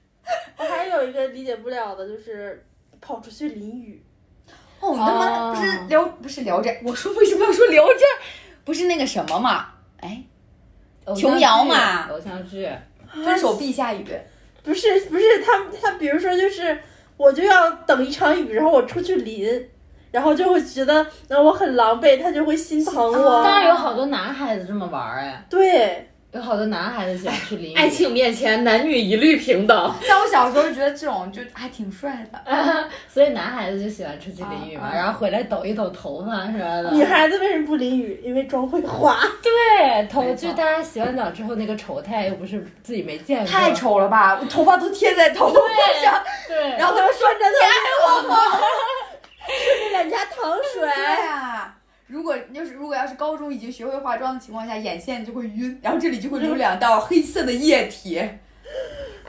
[SPEAKER 3] 我还有一个理解不了的，就是跑出去淋雨。
[SPEAKER 2] 哦，我们他妈不是聊不是聊这，我说为什么要说聊这？不是那个什么嘛？哎，
[SPEAKER 4] 偶像
[SPEAKER 2] 琼瑶嘛
[SPEAKER 4] 剧偶像剧，
[SPEAKER 2] 分手必下雨。
[SPEAKER 3] 不是不是，他他比如说就是，我就要等一场雨，然后我出去淋，然后就会觉得那我很狼狈，他就会心疼我。
[SPEAKER 4] 当然有好多男孩子这么玩儿哎，
[SPEAKER 3] 对，
[SPEAKER 4] 有好多男孩子喜欢去淋雨。
[SPEAKER 1] 爱情面前，男女一律平等。
[SPEAKER 2] 但我小时候觉得这种就还挺帅的，
[SPEAKER 4] 所以男孩子就喜欢出去淋雨嘛，
[SPEAKER 2] 啊啊
[SPEAKER 4] 然后回来抖一抖头发什么的。
[SPEAKER 3] 女孩子为什么不淋雨？因为妆会 花。
[SPEAKER 4] 对头，
[SPEAKER 2] 没错
[SPEAKER 4] 就大家洗完澡之后那个丑态，又不是自己没见过。
[SPEAKER 2] 太。丑了吧？我头发都贴在头发上，
[SPEAKER 4] 对，
[SPEAKER 2] 然后他们说
[SPEAKER 3] 穿着爱我吗？顺着脸颊淌水。
[SPEAKER 2] 对哎呀。如果要是如果要是高中已经学会化妆的情况下，眼线就会晕，然后这里就会流两道黑色的液体。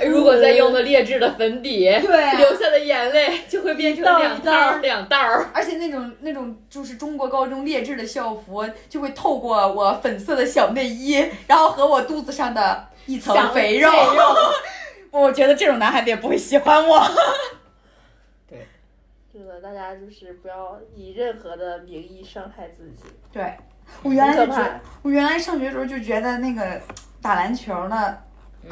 [SPEAKER 1] 如果再用的劣质的粉底，
[SPEAKER 2] 对啊
[SPEAKER 1] 流下的眼泪就会变成
[SPEAKER 3] 一道
[SPEAKER 1] 两
[SPEAKER 3] 一道
[SPEAKER 1] 道儿两道儿。
[SPEAKER 2] 而且那种那种就是中国高中劣质的校服，就会透过我粉色的小内衣，然后和我肚子上的一层
[SPEAKER 4] 小
[SPEAKER 2] 肥肉。 我觉得这种男孩子也不会喜欢我。
[SPEAKER 3] 是的，大家就是不要以任何的名义伤害自己，
[SPEAKER 2] 对，我原来
[SPEAKER 3] 很
[SPEAKER 2] 就
[SPEAKER 3] 可
[SPEAKER 2] 觉
[SPEAKER 3] 怕。
[SPEAKER 2] 我原来上学的时候就觉得那个打篮球的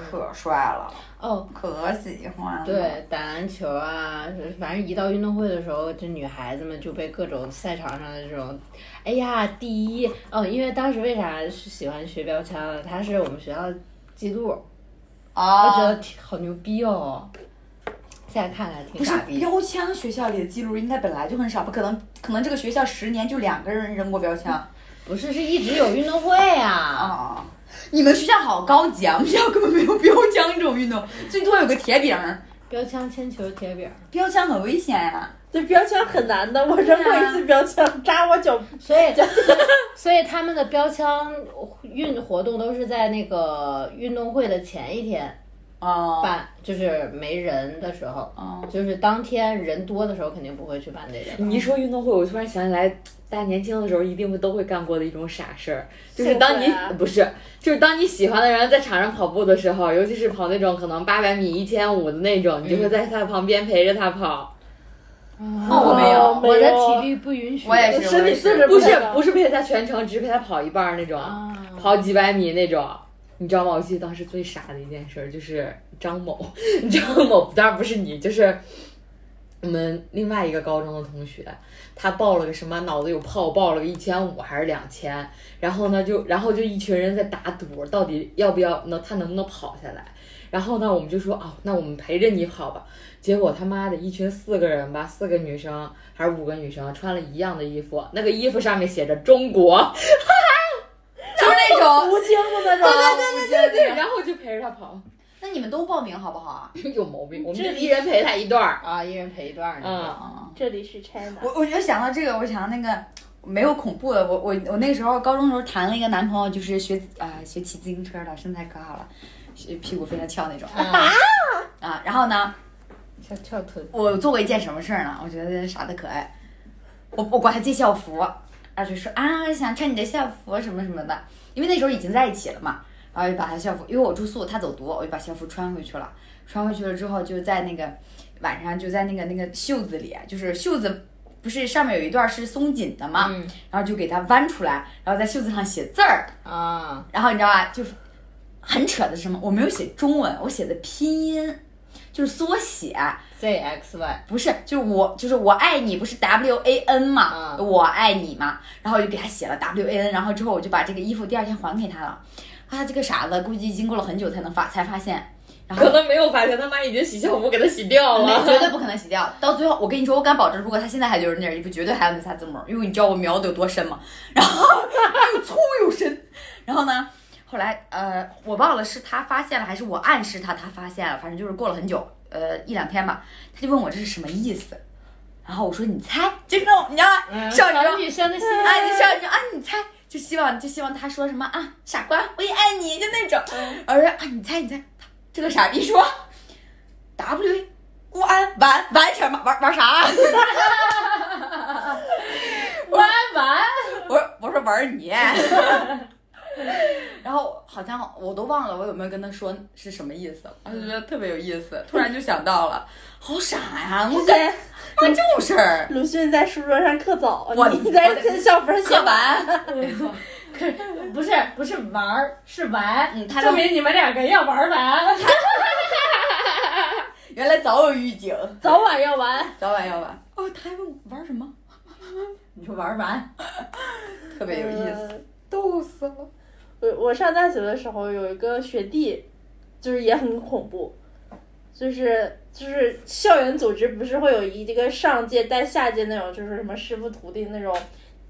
[SPEAKER 2] 可帅了，
[SPEAKER 4] 哦，
[SPEAKER 2] 可喜欢了。，
[SPEAKER 4] 对，打篮球啊，反正一到运动会的时候，这女孩子们就被各种赛场上的这种，哎呀，第一，哦，因为当时为啥是喜欢学标枪呢？他是我们学校的季度，我觉
[SPEAKER 2] 啊
[SPEAKER 4] 得，挺好牛逼哦。现在看看
[SPEAKER 2] 不
[SPEAKER 4] 挺
[SPEAKER 2] 是
[SPEAKER 4] 傻逼的。
[SPEAKER 2] 标枪学校里的记录应该本来就很少，不可能，可能这个学校十年就两个人扔过标枪。
[SPEAKER 4] 不是，是一直有运动会啊。
[SPEAKER 2] 啊，你们学校好高级啊！我们学校根本没有标枪这种运动，最多有个铁饼儿。
[SPEAKER 4] 标枪、铅球、铁饼儿。
[SPEAKER 2] 标枪很危险啊呀、
[SPEAKER 3] 这标枪很难的，我扔过一次标枪，扎我脚。
[SPEAKER 4] 所以， 所以他们的标枪运活动都是在那个运动会的前一天
[SPEAKER 2] 哦，
[SPEAKER 4] 办，就是没人的时候，
[SPEAKER 2] 哦，
[SPEAKER 4] 就是当天人多的时候肯定不会去办这个。
[SPEAKER 1] 你一说运动会，我突然想起来，大家年轻的时候一定会都会干过的一种傻事儿，就是当你
[SPEAKER 3] 送花
[SPEAKER 1] 不是，就是当你喜欢的人在场上跑步的时候，尤其是跑那种可能八百米、一千五的那种，你就
[SPEAKER 3] 嗯
[SPEAKER 1] 会在他旁边陪着他跑，
[SPEAKER 2] 哦我没有
[SPEAKER 3] 哦没
[SPEAKER 4] 我
[SPEAKER 3] 有
[SPEAKER 4] 的体力不允许。
[SPEAKER 2] 我也是，
[SPEAKER 3] 哎身
[SPEAKER 2] 我也
[SPEAKER 3] 体素
[SPEAKER 2] 是
[SPEAKER 3] 质
[SPEAKER 1] 不是
[SPEAKER 3] 太高
[SPEAKER 1] 不是陪他全程，只是陪他跑一半儿那种，
[SPEAKER 4] 啊，
[SPEAKER 1] 跑几百米那种。你知道吗？我记得当时最傻的一件事儿就是张某， 张某当然不是你，就是我们另外一个高中的同学，他报了个什么脑子有泡，报了个一千五还是两千，然后呢就然后就一群人在打赌，到底要不要能他能不能跑下来。然后呢，我们就说哦，那我们陪着你跑吧。结果他妈的一群四个人吧，四个女生还是五个女生，穿了一样的衣服，那个衣服上面写着中国，
[SPEAKER 2] 就是那种。
[SPEAKER 3] 无精的那种。
[SPEAKER 2] 对对对
[SPEAKER 1] 然后就陪着他跑，
[SPEAKER 2] 那你们都报名好不好啊？
[SPEAKER 1] 有毛病。我们
[SPEAKER 3] 这
[SPEAKER 1] 就一人陪他一段儿，
[SPEAKER 4] 啊，一人陪一段儿那
[SPEAKER 1] 嗯
[SPEAKER 4] 个。
[SPEAKER 2] 啊，
[SPEAKER 3] 这里是 China，
[SPEAKER 2] 我我就想到这个，我想到那个没有恐怖的，我我我那个时候高中的时候谈了一个男朋友，就是学啊、学骑自行车的，身材可好了，是屁股非常翘那种
[SPEAKER 4] 啊，
[SPEAKER 2] 啊。然后呢，
[SPEAKER 4] 翘翘臀。
[SPEAKER 2] 我做过一件什么事儿呢？我觉得傻的可爱。我我管他借校服，然后就说啊，想穿你的校服什么什么的，因为那时候已经在一起了嘛，然后就把他校服，因为我住宿，他走读，我就把校服穿回去了。穿回去了之后，就在那个晚上就在那个那个袖子里，就是袖子不是上面有一段是松紧的嘛，
[SPEAKER 4] 嗯
[SPEAKER 2] 然后就给它弯出来，然后在袖子上写字儿，
[SPEAKER 4] 啊，
[SPEAKER 2] 然后你知道吧，就是很扯的是什么？我没有写中文，我写的拼音，就是缩写。
[SPEAKER 4] ZXY
[SPEAKER 2] 不是，就是我，就是我爱你，不是 W A N 嘛，
[SPEAKER 4] 嗯
[SPEAKER 2] 我爱你嘛，然后我就给他写了 W A N，然后之后我就把这个衣服第二天还给他了，啊，他这个傻子估计经过了很久才能发才发现，然后
[SPEAKER 1] 可能没有发现他妈已经洗校服给他洗掉
[SPEAKER 2] 没
[SPEAKER 1] 了。
[SPEAKER 2] 绝对不可能洗掉。到最后，我跟你说，我敢保证，如果他现在还留着那件衣服，绝对还有那仨字母，因为你知道我瞄的有多深吗？然后又粗又深，然然后呢，后来呃，我忘了是他发现了还是我暗示他，他发现了，反正就是过了很久，呃，一两天吧，他就问我这是什么意思。然后我说你猜，就是那种你知道吗？
[SPEAKER 4] 嗯
[SPEAKER 2] 小时
[SPEAKER 4] 小
[SPEAKER 2] 候
[SPEAKER 4] 女生的心
[SPEAKER 2] 啊，你说你说啊，你猜，就希望就希望他说什么啊，傻瓜，我也爱你，就那种。我说啊，你猜你猜，这个傻逼说 W 乌安玩玩什么玩玩啥、啊
[SPEAKER 4] 弯弯，
[SPEAKER 2] 我说我说玩你。 然后好像我都忘了我有没有跟他说是什么意思了，我就觉得特别有意思，突然就想到了，好傻呀！我感
[SPEAKER 3] 对，
[SPEAKER 2] 干这种事儿，
[SPEAKER 3] 鲁迅在书桌上刻早，
[SPEAKER 2] 我
[SPEAKER 3] 你在小本上写
[SPEAKER 2] 喝完，
[SPEAKER 4] 没错，可是 不是不是玩儿，是玩，
[SPEAKER 2] 嗯，他都
[SPEAKER 4] 证明你们两个要玩儿完。
[SPEAKER 2] 原来早有预警，
[SPEAKER 3] 早晚要完。
[SPEAKER 2] 早晚要玩。哦，他还问我玩什么，
[SPEAKER 4] 你说玩儿完，
[SPEAKER 2] 特别有意思，
[SPEAKER 3] 呃
[SPEAKER 2] 逗死了。
[SPEAKER 3] 我我上大学的时候有一个学弟，就是也很恐怖，就是就是校园组织不是会有一个上届带下届那种，就是什么师傅徒弟那种，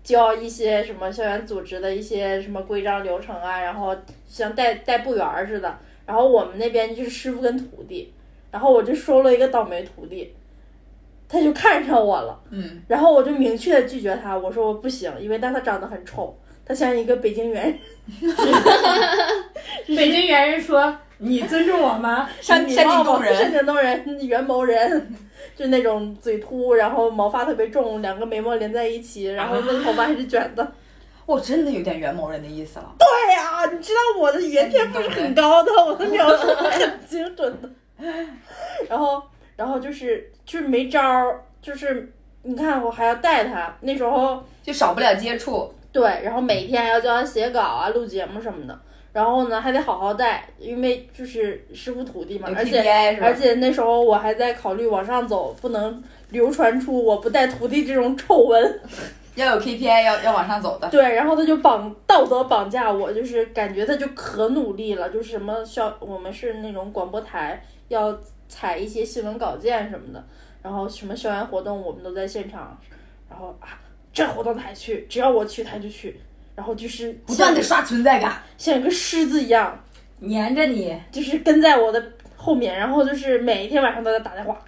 [SPEAKER 3] 教一些什么校园组织的一些什么规章流程啊，然后像带带部员儿似的。然后我们那边就是师傅跟徒弟，然后我就收了一个倒霉徒弟，他就看上我了。
[SPEAKER 2] 嗯，
[SPEAKER 3] 然后我就明确地拒绝他，我说我不行，因为但他长得很丑，他像一个北京猿。
[SPEAKER 4] 北京猿人说你尊重我吗？
[SPEAKER 2] 山山顶洞
[SPEAKER 3] 山
[SPEAKER 2] 人，
[SPEAKER 3] 顶洞人， 元谋人，就那种嘴秃，然后毛发特别重，两个眉毛连在一起，然后那头发还是卷的。
[SPEAKER 2] 我真的有点元谋人的意思了。
[SPEAKER 3] 对呀、你知道我的原片不是很高的，我的描述很精准的。 然后，然后就是就是没招儿，就是你看我还要带他，那时候
[SPEAKER 2] 就少不了接触，
[SPEAKER 3] 对，然后每天还要教他写稿啊、录节目什么的。然后呢，还得好好带，因为就是师傅徒弟嘛
[SPEAKER 2] 有，
[SPEAKER 3] 而且
[SPEAKER 2] PDA 是吧
[SPEAKER 3] 而且那时候我还在考虑往上走，不能流传出我不带徒弟这种丑 闻。
[SPEAKER 2] 要有 KPI，要要往上走的。
[SPEAKER 3] 对，然后他就绑道德绑架我，就是感觉他就可努力了，就是什么校我们是那种广播台要采一些新闻稿件什么的，然后什么校园活动我们都在现场，然后啊这活动他还去，只要我去他就去，然后就是
[SPEAKER 2] 不断的刷存在感，
[SPEAKER 3] 像一个狮子一样，
[SPEAKER 4] 粘着你，
[SPEAKER 3] 就是跟在我的后面，然后就是每一天晚上都在打电话，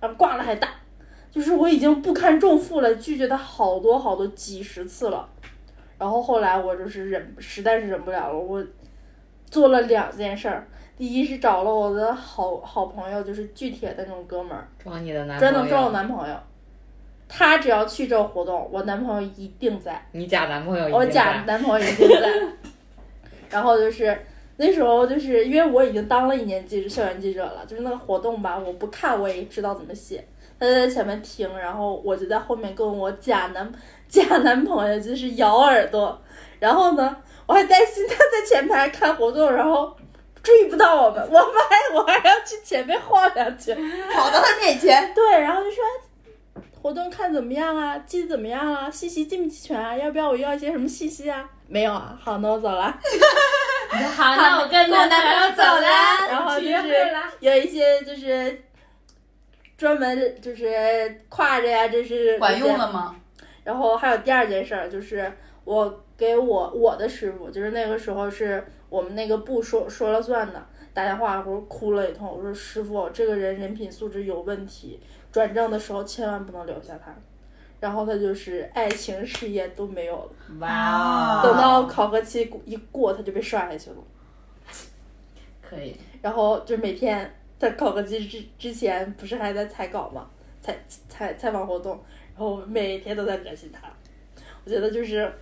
[SPEAKER 3] 啊，挂了还打，就是我已经不堪重负了，拒绝他好多好多几十次了。然后后来我就是忍，实在是忍不了了，我做了两件事儿。第一是找了我的好好朋友，就是巨铁的那种哥们儿，
[SPEAKER 1] 找你的男朋
[SPEAKER 3] 专
[SPEAKER 1] 友，
[SPEAKER 3] 门抓我男朋友。他只要去这个活动，我男朋友一定在。
[SPEAKER 1] 你假男朋友一定
[SPEAKER 3] 我
[SPEAKER 1] 在，
[SPEAKER 3] 假男朋友已经在，然后就是那时候就是因为我已经当了一年记者，校园记者了，就是那个活动吧，我不看我也知道怎么写。他就在前面听，然后我就在后面跟我假男 假男朋友就是咬耳朵，然后呢，我还担心他在前排看活动，然后注意不到我们，我们还我还要去前面晃两圈，
[SPEAKER 2] 跑到他面 前，
[SPEAKER 3] 对，然后就说活动看怎么样啊，记得怎么样啊，信息进不齐全啊，要不要我要一些什么信息啊？没有啊，好，那我走了。
[SPEAKER 4] 你说好，那我跟
[SPEAKER 2] 我
[SPEAKER 4] 男
[SPEAKER 2] 男
[SPEAKER 4] 朋
[SPEAKER 2] 朋
[SPEAKER 4] 友
[SPEAKER 2] 友走
[SPEAKER 4] 走了，
[SPEAKER 2] 了
[SPEAKER 3] 然后就
[SPEAKER 4] 约
[SPEAKER 3] 是
[SPEAKER 4] 会了。
[SPEAKER 3] 有一些就是专门就是挎着呀、这是
[SPEAKER 2] 管用了吗？
[SPEAKER 3] 然后还有第二件事儿，就是我给我我的师傅，就是那个时候是我们那个部说说了算的，打电话给我哭了一通，我说师傅，这个人人品素质有问题，转正的时候千万不能留下他。然后他就是爱情事业都没有了，
[SPEAKER 4] 哇哦，
[SPEAKER 3] 等到考核期一过，他就被刷下去了。
[SPEAKER 4] 可以，
[SPEAKER 3] 然后就每天在考核季之之前，不是还在采稿嘛，采采采访活动，然后每天都在恶心他。我觉得就是，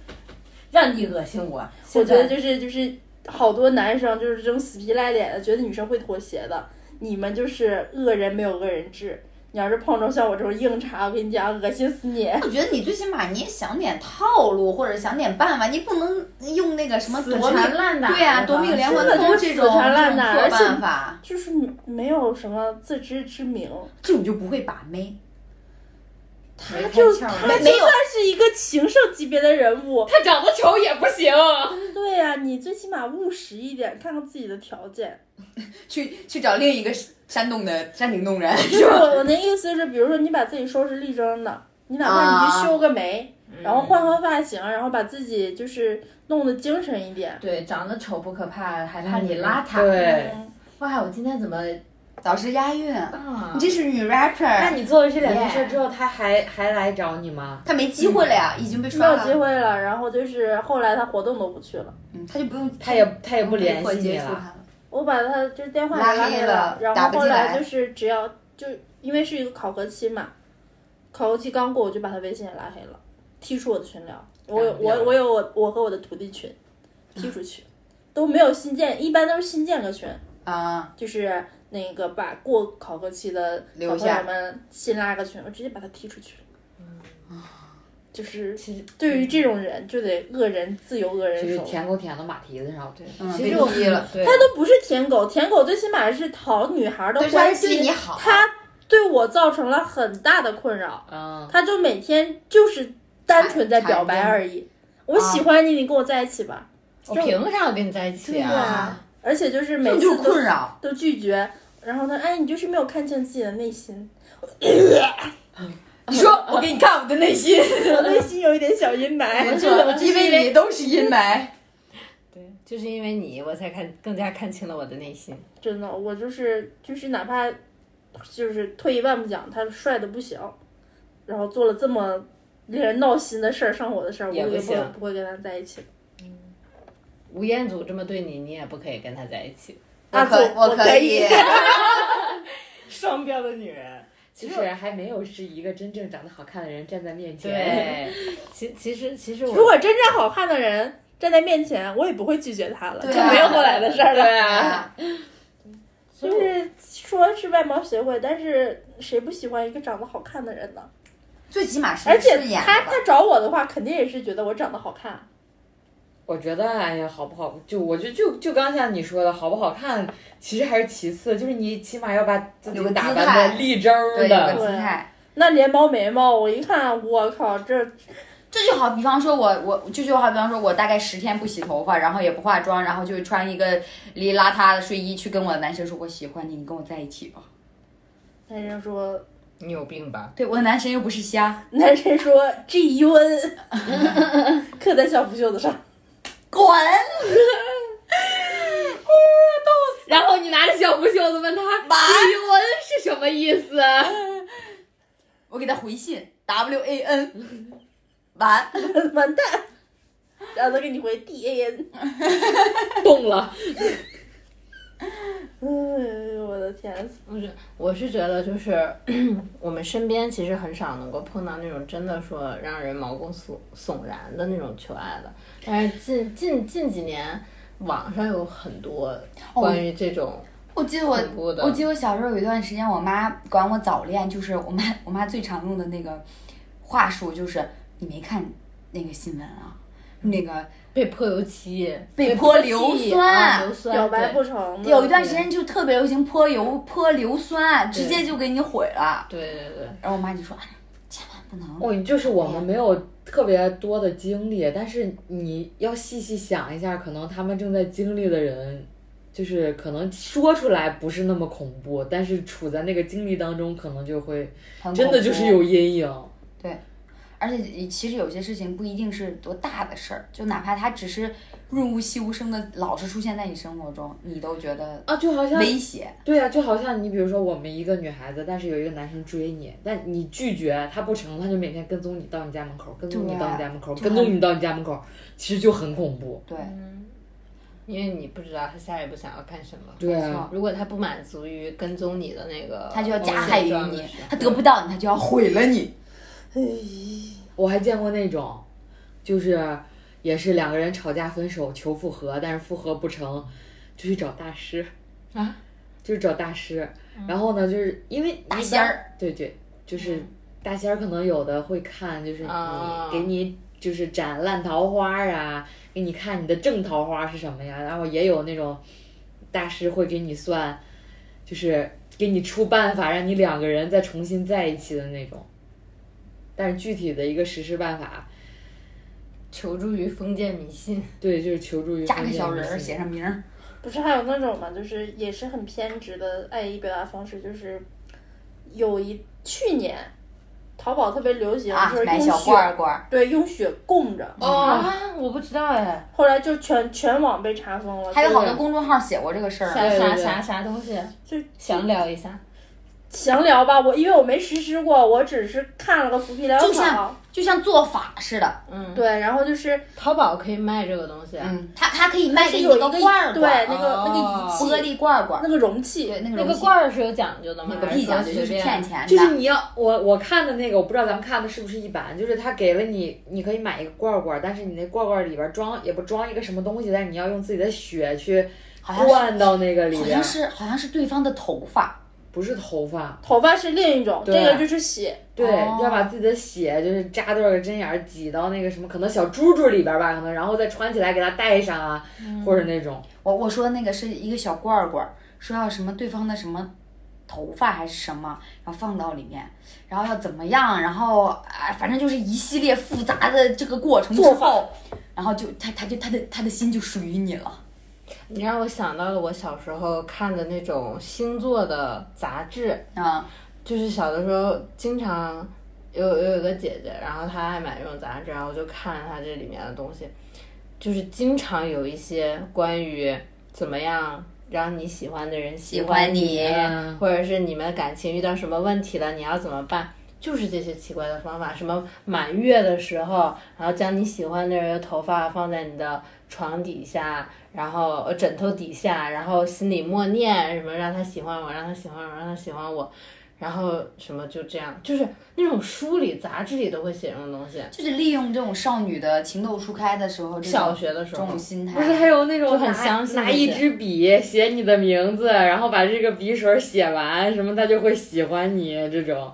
[SPEAKER 4] 让你恶心我。
[SPEAKER 3] 我
[SPEAKER 4] 现
[SPEAKER 3] 觉
[SPEAKER 4] 在
[SPEAKER 3] 得就是就是好多男生就是这种死皮赖脸的，觉得女生会妥协的，你们就是恶人没有恶人治。你要是碰着像我这种硬茬，我跟你讲，恶心死你！
[SPEAKER 2] 我觉得你最起码你也想点套路，或者想点办法，你不能用那个什么
[SPEAKER 4] 死
[SPEAKER 2] 夺命
[SPEAKER 4] 缠，烂打，
[SPEAKER 2] 对呀、夺命连环
[SPEAKER 3] 真的
[SPEAKER 2] 扣
[SPEAKER 3] 就
[SPEAKER 2] 这
[SPEAKER 3] 是
[SPEAKER 2] 种
[SPEAKER 3] 死缠烂打
[SPEAKER 2] 这种
[SPEAKER 3] 而且
[SPEAKER 2] 破办法，
[SPEAKER 3] 就是没有什么自知之明，
[SPEAKER 2] 这种就不会把妹。
[SPEAKER 4] 他
[SPEAKER 3] 就他
[SPEAKER 2] 没
[SPEAKER 3] 就
[SPEAKER 2] 有
[SPEAKER 3] 算是一个情圣级别的人物，
[SPEAKER 1] 他长得丑也不行，
[SPEAKER 3] 对呀、你最起码务实一点，看看自己的条件。
[SPEAKER 2] 去去找另一个山洞的山顶洞 人，
[SPEAKER 3] 就是是
[SPEAKER 2] 吧？
[SPEAKER 3] 我我那意思是，比如说你把自己收拾
[SPEAKER 4] 啊嗯
[SPEAKER 3] 力争的，你哪怕你去修个眉，然后换换发型，然后把自己就是弄得精神一点。
[SPEAKER 2] 对，长得丑不可怕，还怕你邋遢。
[SPEAKER 1] 对，
[SPEAKER 4] 哇，我今天怎么
[SPEAKER 2] 老是押韵，
[SPEAKER 4] 啊
[SPEAKER 2] 你？这是女
[SPEAKER 1] 那
[SPEAKER 2] rapper，
[SPEAKER 1] 你做了这两件
[SPEAKER 2] Yeah
[SPEAKER 1] 事之后，他还还来找你吗？
[SPEAKER 2] 她没机会了呀，已经被
[SPEAKER 3] 没
[SPEAKER 2] 刷
[SPEAKER 3] 有机
[SPEAKER 2] 了，
[SPEAKER 3] 会了，然后就是后来他活动都不去了，
[SPEAKER 2] 嗯，她就不用，
[SPEAKER 1] 他也他也不
[SPEAKER 2] 不
[SPEAKER 1] 联
[SPEAKER 2] 会
[SPEAKER 1] 系你
[SPEAKER 2] 接触
[SPEAKER 1] 了。
[SPEAKER 2] 她了。
[SPEAKER 3] 我把他就是电话
[SPEAKER 2] 拉
[SPEAKER 3] 也拉
[SPEAKER 2] 黑
[SPEAKER 3] 黑
[SPEAKER 2] 了
[SPEAKER 3] 然
[SPEAKER 2] 打
[SPEAKER 3] 后
[SPEAKER 2] 不
[SPEAKER 3] 后
[SPEAKER 2] 进
[SPEAKER 3] 来
[SPEAKER 2] 来
[SPEAKER 3] 就是只要就因为是一个考核期嘛，考核期刚过我就把他微信也拉黑了，踢出我的群聊，我有
[SPEAKER 1] 哎呀
[SPEAKER 3] 我我有我我和我的徒弟群，踢出去，都没有新建，一般都是新建个群，
[SPEAKER 2] 啊，
[SPEAKER 3] 就是那个把过考核期的小
[SPEAKER 2] 留
[SPEAKER 3] 朋
[SPEAKER 2] 下
[SPEAKER 3] 友们新拉个群，我直接把他踢出去了。
[SPEAKER 2] 啊
[SPEAKER 3] 就是
[SPEAKER 1] 其实
[SPEAKER 3] 对于这种人，就得恶人自有恶
[SPEAKER 1] 就
[SPEAKER 3] 人
[SPEAKER 1] 是
[SPEAKER 3] 手。
[SPEAKER 1] 舔狗舔到马蹄子上，对，
[SPEAKER 2] 嗯，
[SPEAKER 4] 其实
[SPEAKER 2] 被
[SPEAKER 4] 我
[SPEAKER 2] 踢了，
[SPEAKER 4] 对
[SPEAKER 3] 他都不是舔狗，舔狗最起码是讨女孩的
[SPEAKER 2] 但是她
[SPEAKER 3] 欢
[SPEAKER 2] 是对
[SPEAKER 3] 心
[SPEAKER 2] 你，好，
[SPEAKER 3] 他对我造成了很大的困扰。
[SPEAKER 1] 嗯，
[SPEAKER 3] 他就每天就是单纯在表白
[SPEAKER 2] 缠缠
[SPEAKER 3] 而已。我喜欢你，你跟我在一起吧。
[SPEAKER 2] 啊
[SPEAKER 4] 我凭啥要跟你在一起
[SPEAKER 3] 对
[SPEAKER 4] 啊？
[SPEAKER 3] 啊而且就是每
[SPEAKER 2] 这
[SPEAKER 3] 次
[SPEAKER 2] 就是
[SPEAKER 3] 都
[SPEAKER 2] 困 扰，
[SPEAKER 3] 都拒绝，然后他哎，你就是没有看清自己的内心。
[SPEAKER 2] 你说我给你看我的内心，
[SPEAKER 3] 我内心有一点小阴霾。
[SPEAKER 2] 没错， 因为你都啊是阴霾，
[SPEAKER 4] 对，就是因为你，我才看更加看清了我的内心。
[SPEAKER 3] 真的，我就是就是哪怕就是退一万步讲，他帅的不行，然后做了这么令人闹心的事儿、上火的事儿，我
[SPEAKER 4] 也
[SPEAKER 3] 也
[SPEAKER 4] 不
[SPEAKER 3] 不会
[SPEAKER 4] 行
[SPEAKER 3] 不会跟他在一起。
[SPEAKER 4] 吴彦祖这么对你，你也不可以跟他在一起。
[SPEAKER 2] 我
[SPEAKER 3] 啊
[SPEAKER 2] 可
[SPEAKER 3] 对
[SPEAKER 2] 我
[SPEAKER 3] 我
[SPEAKER 2] 可
[SPEAKER 3] 可
[SPEAKER 2] 以
[SPEAKER 3] 以，
[SPEAKER 4] 双标的女人，
[SPEAKER 1] 其实还没有是一个真正长得好看的人站在面前。
[SPEAKER 4] 对，其其实其实我
[SPEAKER 3] 如果真正好看的人站在面前，我也不会拒绝他了，
[SPEAKER 2] 对
[SPEAKER 3] 就
[SPEAKER 2] 啊
[SPEAKER 3] 没有后来的事儿了。
[SPEAKER 1] 对啊，
[SPEAKER 4] 所
[SPEAKER 3] 就
[SPEAKER 4] 以我
[SPEAKER 3] 是说是外貌协会，但是谁不喜欢一个长得好看的人呢？
[SPEAKER 2] 最起码是
[SPEAKER 3] 而且
[SPEAKER 2] 是演的
[SPEAKER 3] 他
[SPEAKER 2] 吧
[SPEAKER 3] 他找我的话，肯定也是觉得我长得好看。
[SPEAKER 1] 我觉得，哎呀，好不好？就我就就就刚像你说的，好不好看，其实还是其次，就是你起码要把自
[SPEAKER 2] 有个
[SPEAKER 1] 己
[SPEAKER 2] 姿
[SPEAKER 1] 打
[SPEAKER 2] 态
[SPEAKER 1] 扮的立正儿
[SPEAKER 2] 对有个
[SPEAKER 1] 的。
[SPEAKER 2] 姿态。
[SPEAKER 3] 那连猫没毛，我一看，我靠，这
[SPEAKER 2] 这就好比方说我，我这就好比方说，我大概十天不洗头发，然后也不化妆，然后就穿一个离邋遢的睡衣去跟我的男生说，我喜欢你，你跟我在一起吧。
[SPEAKER 3] 男生说，
[SPEAKER 4] 你有病吧？
[SPEAKER 2] 对，我的男神又不是瞎，
[SPEAKER 3] 男生说 G U N，刻在校服袖子上。
[SPEAKER 2] 滚！
[SPEAKER 1] 然后你拿着小布袖子问他，“G U N 是什么意思？
[SPEAKER 2] 我给他回信 W A N，完，
[SPEAKER 3] 完蛋。然后他给你回 D A N，
[SPEAKER 1] 动了，
[SPEAKER 3] 哎呦我的天，
[SPEAKER 4] 我是我是觉得就是 我们身边其实很少能够碰到那种真的说让人毛骨悚悚然的那种求爱的，但是近近近几年网上有很多
[SPEAKER 3] 哦
[SPEAKER 4] 关于这种，
[SPEAKER 2] 我记得我
[SPEAKER 4] 恐怖，的
[SPEAKER 2] 我记得我小时候有一段时间，我妈管我早恋，就是我妈我妈最常用的那个话术就是你没看那个新闻啊，那个
[SPEAKER 4] 被泼油漆、
[SPEAKER 2] 被
[SPEAKER 4] 泼
[SPEAKER 2] 泼
[SPEAKER 4] 漆
[SPEAKER 2] 硫
[SPEAKER 4] 啊
[SPEAKER 2] 酸
[SPEAKER 4] 硫酸
[SPEAKER 3] 表白
[SPEAKER 4] 对
[SPEAKER 3] 不成的，
[SPEAKER 2] 有一段时间就特别流行泼油、泼硫酸，直接就给你毁了。
[SPEAKER 4] 对对对，
[SPEAKER 2] 然后我妈就说：“哎，千万不能。
[SPEAKER 1] 哦，就是我们没有特别多的经历，但是你要细细想一下，可能他们正在经历的人，就是可能说出来不是那么恐怖，但是处在那个经历当中，可能就会
[SPEAKER 2] 很恐怖”
[SPEAKER 1] 真的就是有阴影。
[SPEAKER 2] 而且其实有些事情不一定是多大的事儿，就哪怕它只是润物细无声的，老是出现在你生活中，你都觉得
[SPEAKER 1] 啊，就好像
[SPEAKER 2] 威胁。
[SPEAKER 1] 对啊呀、就好像你比如说我们一个女孩子，但是有一个男生追你，但你拒绝他不成，他就每天跟踪你到你家门口，跟踪
[SPEAKER 2] 对
[SPEAKER 1] 你到你家门口，
[SPEAKER 2] 就
[SPEAKER 1] 跟踪
[SPEAKER 2] 很
[SPEAKER 1] 你到你家门口，其实就很恐怖。
[SPEAKER 2] 对，
[SPEAKER 4] 因为你不知道他下一步想要干什么。
[SPEAKER 1] 对
[SPEAKER 2] 没
[SPEAKER 1] 啊
[SPEAKER 2] 错，
[SPEAKER 4] 如果他不满足于跟踪你的那个，
[SPEAKER 2] 他就要加害于你，他得不
[SPEAKER 4] 到。
[SPEAKER 2] 到你，他就要毁了你。
[SPEAKER 1] 我还见过那种，就是也是两个人吵架分手求复合，但是复合不成，就去找大师
[SPEAKER 4] 啊，
[SPEAKER 1] 就是找大师。然后呢，就是因为
[SPEAKER 2] 大
[SPEAKER 1] 一
[SPEAKER 2] 嗯仙儿嗯
[SPEAKER 1] 般，对对，就是大仙儿可能有的会看，就是你、
[SPEAKER 4] 啊
[SPEAKER 1] 给你就是斩烂桃花啊，给你看你的正桃花是什么呀，然后也有那种大师会给你算，就是给你出办法让你两个人再重新在一起的那种。但是具体的一个实施办法，
[SPEAKER 4] 求助于封建迷信，
[SPEAKER 1] 对，就是求助于
[SPEAKER 2] 加
[SPEAKER 1] 封
[SPEAKER 2] 个
[SPEAKER 1] 建
[SPEAKER 2] 小
[SPEAKER 1] 迷
[SPEAKER 2] 人儿，
[SPEAKER 1] 信
[SPEAKER 2] 写上名儿。
[SPEAKER 3] 不是还有那种嘛，就是也是很偏执的爱意表达方式，就是有一去年淘宝特别流行，
[SPEAKER 2] 啊
[SPEAKER 3] 就是，
[SPEAKER 2] 买
[SPEAKER 3] 用
[SPEAKER 2] 小
[SPEAKER 3] 血，
[SPEAKER 2] 罐儿罐儿，
[SPEAKER 3] 对，用血供着，
[SPEAKER 1] 哦，
[SPEAKER 4] 啊，我不知道哎，
[SPEAKER 3] 后来就全全网被查封了。
[SPEAKER 2] 还有
[SPEAKER 3] 就是
[SPEAKER 2] 好多公众号写过这个事儿呢。
[SPEAKER 4] 啥啥
[SPEAKER 1] 对对
[SPEAKER 4] 啥啥东西，
[SPEAKER 3] 就
[SPEAKER 4] 想聊一下。
[SPEAKER 3] 详聊吧，我因为我没实施过，我只是看了个浮皮潦
[SPEAKER 2] 就
[SPEAKER 3] 草
[SPEAKER 2] 像。就像做法似的，
[SPEAKER 4] 嗯，
[SPEAKER 3] 对，然后就是
[SPEAKER 4] 淘宝可以卖这个东西，啊
[SPEAKER 2] 嗯，它它可以卖给
[SPEAKER 3] 是
[SPEAKER 2] 你
[SPEAKER 3] 有一
[SPEAKER 2] 那
[SPEAKER 3] 个
[SPEAKER 2] 罐儿
[SPEAKER 3] 对
[SPEAKER 2] 罐儿，
[SPEAKER 3] 那个那个
[SPEAKER 4] 哦
[SPEAKER 3] 仪器
[SPEAKER 2] 玻璃罐儿罐儿，
[SPEAKER 3] 那个容器，
[SPEAKER 2] 对那个
[SPEAKER 4] 那
[SPEAKER 2] 容
[SPEAKER 4] 个
[SPEAKER 2] 器
[SPEAKER 4] 罐儿是有讲究的吗？
[SPEAKER 2] 那个
[SPEAKER 4] 还
[SPEAKER 2] 屁
[SPEAKER 4] 是说
[SPEAKER 2] 讲究就是
[SPEAKER 4] 随便啊
[SPEAKER 2] 骗钱
[SPEAKER 1] 就是
[SPEAKER 2] 的，
[SPEAKER 1] 你要我我看的那个，我不知道咱们看的是不是一版，就是他给了你，你可以买一个罐罐，但是你那罐罐里边装也不装一个什么东西，但是你要用自己的血去
[SPEAKER 2] 好像是
[SPEAKER 1] 灌到那个里
[SPEAKER 2] 好
[SPEAKER 1] 边
[SPEAKER 2] 像，是好像是对方的头发，
[SPEAKER 1] 不是头发，
[SPEAKER 3] 头发是另一种，这
[SPEAKER 1] 对
[SPEAKER 3] 个就是血。
[SPEAKER 1] 对，
[SPEAKER 2] 哦
[SPEAKER 1] 要把自己的血就是扎多少个针眼儿挤到那个什么，可能小珠珠里边吧，可能然后再穿起来给它戴上啊，或者那种
[SPEAKER 2] 我我说那个是一个小罐儿罐儿，说要什么对方的什么头发还是什么，然后放到里面，然后要怎么样，然后啊，反正就是一系列复杂的这个过程之
[SPEAKER 3] 做法
[SPEAKER 2] 后，然后就他他就他的他的心就属于你了，
[SPEAKER 4] 你让我想到了我小时候看的那种星座的杂志，
[SPEAKER 2] 啊，
[SPEAKER 4] 就是小的时候经常有有一个姐姐，然后她爱买这种杂志，然后我就看她这里面的东西，就是经常有一些关于怎么样让你喜欢的人喜
[SPEAKER 2] 喜欢
[SPEAKER 4] 你，
[SPEAKER 2] 你
[SPEAKER 1] 嗯
[SPEAKER 4] 或者是你们感情遇到什么问题了，你要怎么办？就是这些奇怪的方法，什么满月的时候，然后将你喜欢的人的头发放在你的床底下，然后呃枕头底下，然后心里默念什么让他喜欢我，让他喜欢我，让他喜欢我，然后什么就这样，就是那种书里、杂志里都会写这种东西。
[SPEAKER 2] 就是利用这种少女的情窦初开的时候，这种
[SPEAKER 4] 小学的时
[SPEAKER 2] 这
[SPEAKER 4] 候
[SPEAKER 2] 种， 心
[SPEAKER 1] 不是
[SPEAKER 2] 态，
[SPEAKER 1] 还有那种
[SPEAKER 4] 就很相
[SPEAKER 1] 拿
[SPEAKER 4] 信
[SPEAKER 1] 哎拿
[SPEAKER 4] 这
[SPEAKER 1] 一
[SPEAKER 4] 些
[SPEAKER 1] 支笔写你的名字，然后把这个笔水写完，什么他就会喜欢你这种。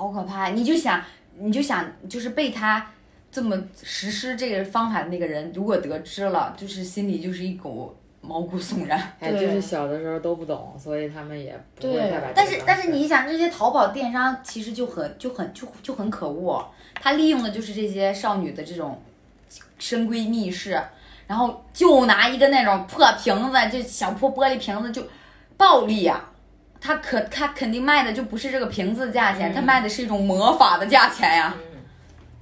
[SPEAKER 2] 好可怕！你就想你就想就是被他。这么实施这个方法的那个人，如果得知了，就是心里就是一股毛骨悚然。
[SPEAKER 1] 哎，
[SPEAKER 4] 对
[SPEAKER 1] 就是小的时候都不懂，所以他们也不会
[SPEAKER 4] 对
[SPEAKER 1] 太把这个
[SPEAKER 2] 但是
[SPEAKER 1] 当
[SPEAKER 2] 但是
[SPEAKER 1] 事儿
[SPEAKER 2] 你想，这些淘宝电商其实就很就很就就很可恶，他利用的就是这些少女的这种深闺密室，然后就拿一个那种破瓶子，就小破玻璃瓶子就暴利啊。他可他肯定卖的就不是这个瓶子的价钱，他卖的是一种魔法的价钱呀、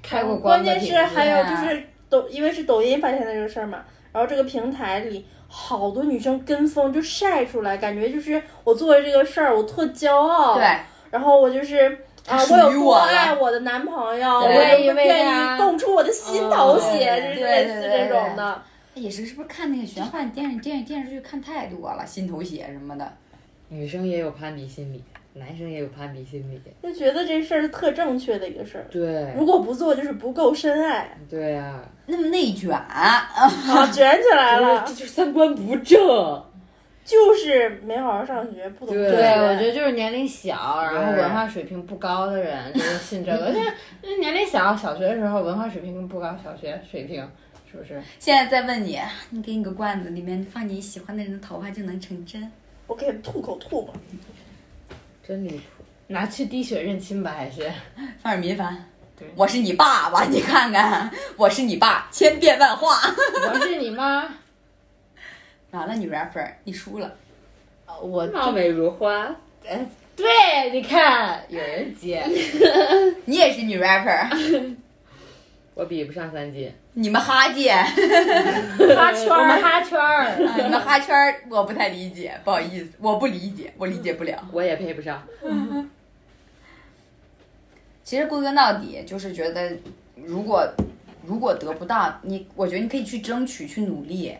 [SPEAKER 4] 开过
[SPEAKER 3] 嗯
[SPEAKER 4] 光
[SPEAKER 3] 关
[SPEAKER 4] 的
[SPEAKER 3] 键
[SPEAKER 4] 品
[SPEAKER 3] 是
[SPEAKER 4] 质
[SPEAKER 3] 还有就
[SPEAKER 2] 啊
[SPEAKER 3] 是抖，因为是抖音发现的这个事儿嘛，然后这个平台里好多女生跟风就晒出来，感觉就是我做了这个事儿，我特骄傲。
[SPEAKER 2] 对，，
[SPEAKER 3] 然后我就是。啊，
[SPEAKER 2] 他
[SPEAKER 3] 我有
[SPEAKER 2] 属于
[SPEAKER 3] 多
[SPEAKER 2] 我了
[SPEAKER 3] 爱我的男朋友，我
[SPEAKER 2] 对
[SPEAKER 3] 也
[SPEAKER 4] 因为
[SPEAKER 3] 愿
[SPEAKER 4] 呀
[SPEAKER 3] 意动出我的心头血，
[SPEAKER 4] 嗯
[SPEAKER 3] 就是类似
[SPEAKER 2] 对对对
[SPEAKER 3] 这种的。
[SPEAKER 2] 也是是不是看那个玄幻电影电影电视剧看太多了，心头血什么的。
[SPEAKER 1] 女生也有攀比心理，男生也有攀比心理。
[SPEAKER 3] 就觉得这事儿是特正确的一个事儿，
[SPEAKER 1] 对
[SPEAKER 3] 如果不做就是不够 深爱。
[SPEAKER 1] 对啊，
[SPEAKER 2] 那么内卷，
[SPEAKER 3] 好，卷起来了
[SPEAKER 1] 这，就是三观不正。
[SPEAKER 3] 就是没好好上学，不懂
[SPEAKER 1] 对
[SPEAKER 4] 对，
[SPEAKER 3] 得
[SPEAKER 4] 我觉得就是年龄小，然后
[SPEAKER 1] 对
[SPEAKER 4] 文化水平不高的 人就是信这个。现在就是年龄小，小学的时候文化水平不高，小学水平是不是？
[SPEAKER 2] 现在再问你，你给你个罐子，里面放你喜欢的人的头发就能成真。
[SPEAKER 3] 我可以吐口吐沫。
[SPEAKER 1] 真离谱！
[SPEAKER 4] 拿去滴血认亲吧，还是
[SPEAKER 2] 范尔民凡
[SPEAKER 4] 对，
[SPEAKER 2] 我是你爸爸，你看看，我是你爸，千变万化。
[SPEAKER 4] 我是你妈？
[SPEAKER 2] 完了，你 rapper，你输了。
[SPEAKER 4] 呃我
[SPEAKER 1] 貌美如花，
[SPEAKER 4] 对，你看有人 接，
[SPEAKER 2] 你也是女 rapper，
[SPEAKER 1] 我比不上三金。
[SPEAKER 2] 你们哈界，
[SPEAKER 4] 哈圈
[SPEAKER 3] 儿
[SPEAKER 4] 哈圈儿。
[SPEAKER 2] 你们哈圈儿，我不太理解，不好意思，我不理解，我理解不了。
[SPEAKER 1] 我也配不上。
[SPEAKER 2] 其实归根到底，就是觉得，如果如果得不到你，我觉得你可以去争取，去努力。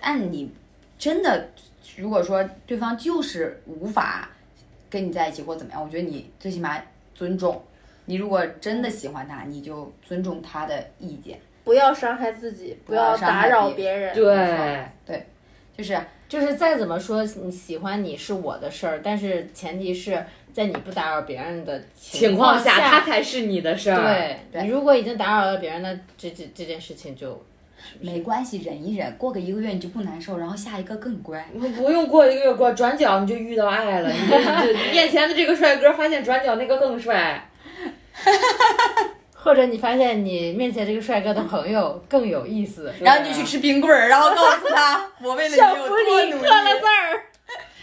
[SPEAKER 2] 但你真的，如果说对方就是无法跟你在一起或怎么样，我觉得你最起码尊重。你如果真的喜欢他，你就尊重他的意见。
[SPEAKER 3] 不要伤害自己，不
[SPEAKER 2] 要
[SPEAKER 3] 要
[SPEAKER 2] 伤害
[SPEAKER 3] 打扰
[SPEAKER 2] 别
[SPEAKER 3] 别人。
[SPEAKER 1] 对，
[SPEAKER 2] 就是
[SPEAKER 4] 就是再怎么说你喜欢你是我的事儿，但是前提是在你不打扰别人的
[SPEAKER 1] 情
[SPEAKER 4] 况
[SPEAKER 1] 况下他才是你的事儿。，
[SPEAKER 4] 对
[SPEAKER 2] 对
[SPEAKER 4] 你如果已经打扰了别人，那这这这件事情就
[SPEAKER 2] 没关系，忍一忍，过个一个月你就不难受，然后下一个更乖。
[SPEAKER 1] 不不用过一个月过，转角你就遇到爱了。你就你就面前的这个帅哥，发现转角那个更帅。
[SPEAKER 4] 或者你发现你面前这个帅哥的朋友更有意思，
[SPEAKER 1] 对啊
[SPEAKER 2] 然后你就去吃冰棍儿，然后告诉他 我为了你
[SPEAKER 3] 校
[SPEAKER 2] 有
[SPEAKER 3] 服
[SPEAKER 2] 多
[SPEAKER 3] 里
[SPEAKER 2] 努
[SPEAKER 3] 刻
[SPEAKER 2] 力。
[SPEAKER 3] 了字儿，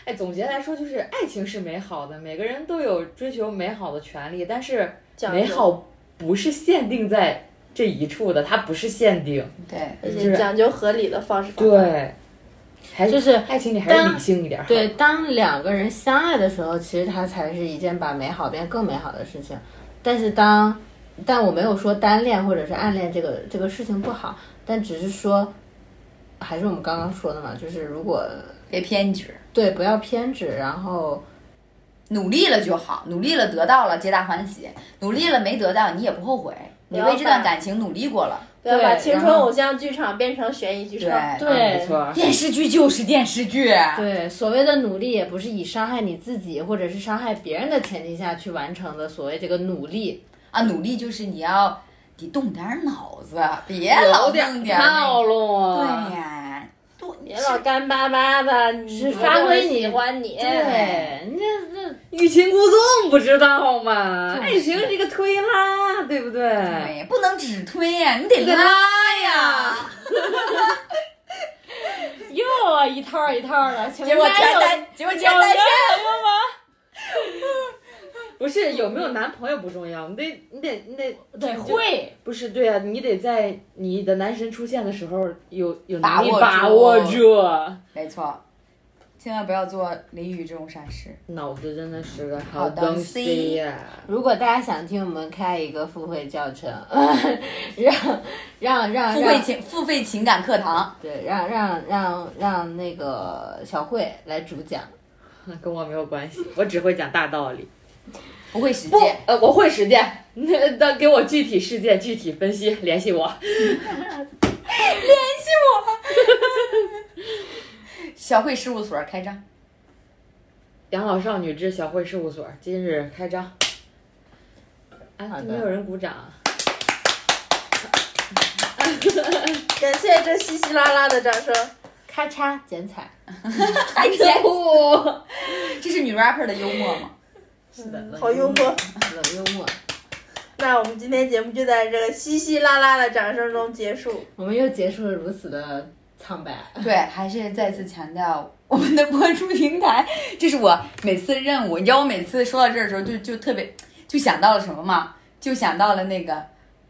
[SPEAKER 1] 哎，总结来说就是，爱情是美好的，每个人都有追求美好的权利，但是
[SPEAKER 3] 讲
[SPEAKER 1] 美
[SPEAKER 3] 究，
[SPEAKER 1] 好不是限定在这一处的，它不是限定，
[SPEAKER 2] 对，
[SPEAKER 3] 而
[SPEAKER 1] 就
[SPEAKER 3] 且
[SPEAKER 1] 是
[SPEAKER 3] 讲究合理的方式方法。
[SPEAKER 1] 对，还
[SPEAKER 4] 就是
[SPEAKER 1] 爱情，你还是
[SPEAKER 4] 当
[SPEAKER 1] 理性一点儿好。
[SPEAKER 4] 对，当两个人相爱的时候，其实它才是一件把美好变更美好的事情。但是当，但我没有说单恋或者是暗恋这个这个事情不好，但只是说，还是我们刚刚说的嘛，就是如果
[SPEAKER 2] 别偏执，
[SPEAKER 4] 对不要偏执，然后
[SPEAKER 2] 努力了就好，努力了得到了皆大欢喜，努力了没得到你也不后悔，你为这段感情努力过了。
[SPEAKER 3] 不要把
[SPEAKER 4] 对
[SPEAKER 3] 青春
[SPEAKER 4] 然后
[SPEAKER 3] 偶像剧场变成悬疑剧
[SPEAKER 2] 对，啊
[SPEAKER 3] 场。
[SPEAKER 1] 嗯，
[SPEAKER 4] 对
[SPEAKER 1] 没错。
[SPEAKER 2] 电视剧就是电视剧，
[SPEAKER 4] 对所谓的努力，也不是以伤害你自己或者是伤害别人的前提下去完成的所谓这个努力。
[SPEAKER 2] 啊，努力就是你要得动点脑子，别老弄点儿那
[SPEAKER 1] 套
[SPEAKER 2] 个。
[SPEAKER 1] 路啊！
[SPEAKER 2] 对呀，多
[SPEAKER 3] 别老干巴巴的，你
[SPEAKER 4] 发
[SPEAKER 3] 我
[SPEAKER 4] 挥
[SPEAKER 3] 就是
[SPEAKER 4] 你
[SPEAKER 3] 喜欢你，
[SPEAKER 4] 对，哎那那
[SPEAKER 1] 欲擒故纵，不知道吗？
[SPEAKER 2] 对
[SPEAKER 1] 爱情这个推拉，对不对？
[SPEAKER 2] 对，不能只推呀，你得
[SPEAKER 1] 得
[SPEAKER 2] 拉呀。
[SPEAKER 4] 又啊一套一套的，请
[SPEAKER 2] 结果
[SPEAKER 4] 问大家
[SPEAKER 2] 全
[SPEAKER 4] 有
[SPEAKER 2] 单，结果全单身。
[SPEAKER 1] 不是有没有男朋友不重要，你得你得你得
[SPEAKER 4] 对会。
[SPEAKER 1] 不是对啊，你得在你的男神出现的时候有有
[SPEAKER 2] 把
[SPEAKER 1] 能力
[SPEAKER 2] 握
[SPEAKER 1] 把
[SPEAKER 2] 住
[SPEAKER 1] 握住，
[SPEAKER 2] 没错，千万不要做淋雨这种傻事。
[SPEAKER 1] 脑子真的是个
[SPEAKER 2] 好
[SPEAKER 1] 东
[SPEAKER 2] 东
[SPEAKER 1] 西
[SPEAKER 2] 西
[SPEAKER 1] 呀、
[SPEAKER 4] 如果大家想听我们开一个付费教程， 让让让
[SPEAKER 2] 付费
[SPEAKER 4] 让
[SPEAKER 2] 情付费情感课堂，
[SPEAKER 4] 对让让让让那个小慧来主讲，
[SPEAKER 1] 跟我没有关系，我只会讲大道理。
[SPEAKER 2] 不会实
[SPEAKER 1] 不
[SPEAKER 2] 践。，
[SPEAKER 1] 呃，我会实践。那那给我具体事件具体分析，联系我。
[SPEAKER 2] 小慧事务所开张，
[SPEAKER 1] 养老少女之小慧事务所今日开张。啊，
[SPEAKER 4] 好
[SPEAKER 1] 就
[SPEAKER 4] 的
[SPEAKER 1] 没有人鼓掌。
[SPEAKER 3] 感谢这稀稀拉拉的掌声。
[SPEAKER 4] 咔嚓剪彩。
[SPEAKER 2] 哎呀，
[SPEAKER 1] 哦，
[SPEAKER 2] 这是女 rapper 的幽默吗？
[SPEAKER 1] 是的，冷
[SPEAKER 4] 嗯
[SPEAKER 3] 嗯好幽 默。
[SPEAKER 4] 冷幽默。
[SPEAKER 3] 那我们今天节目就在这个稀稀拉拉的掌声中结束。
[SPEAKER 4] 我们又结束了如此的苍白。
[SPEAKER 2] 对，还是再次强调我们的播出平台，这是我每次任务。你知道我每次说到这儿的时候就，就特别就想到了什么吗？就想到了那个。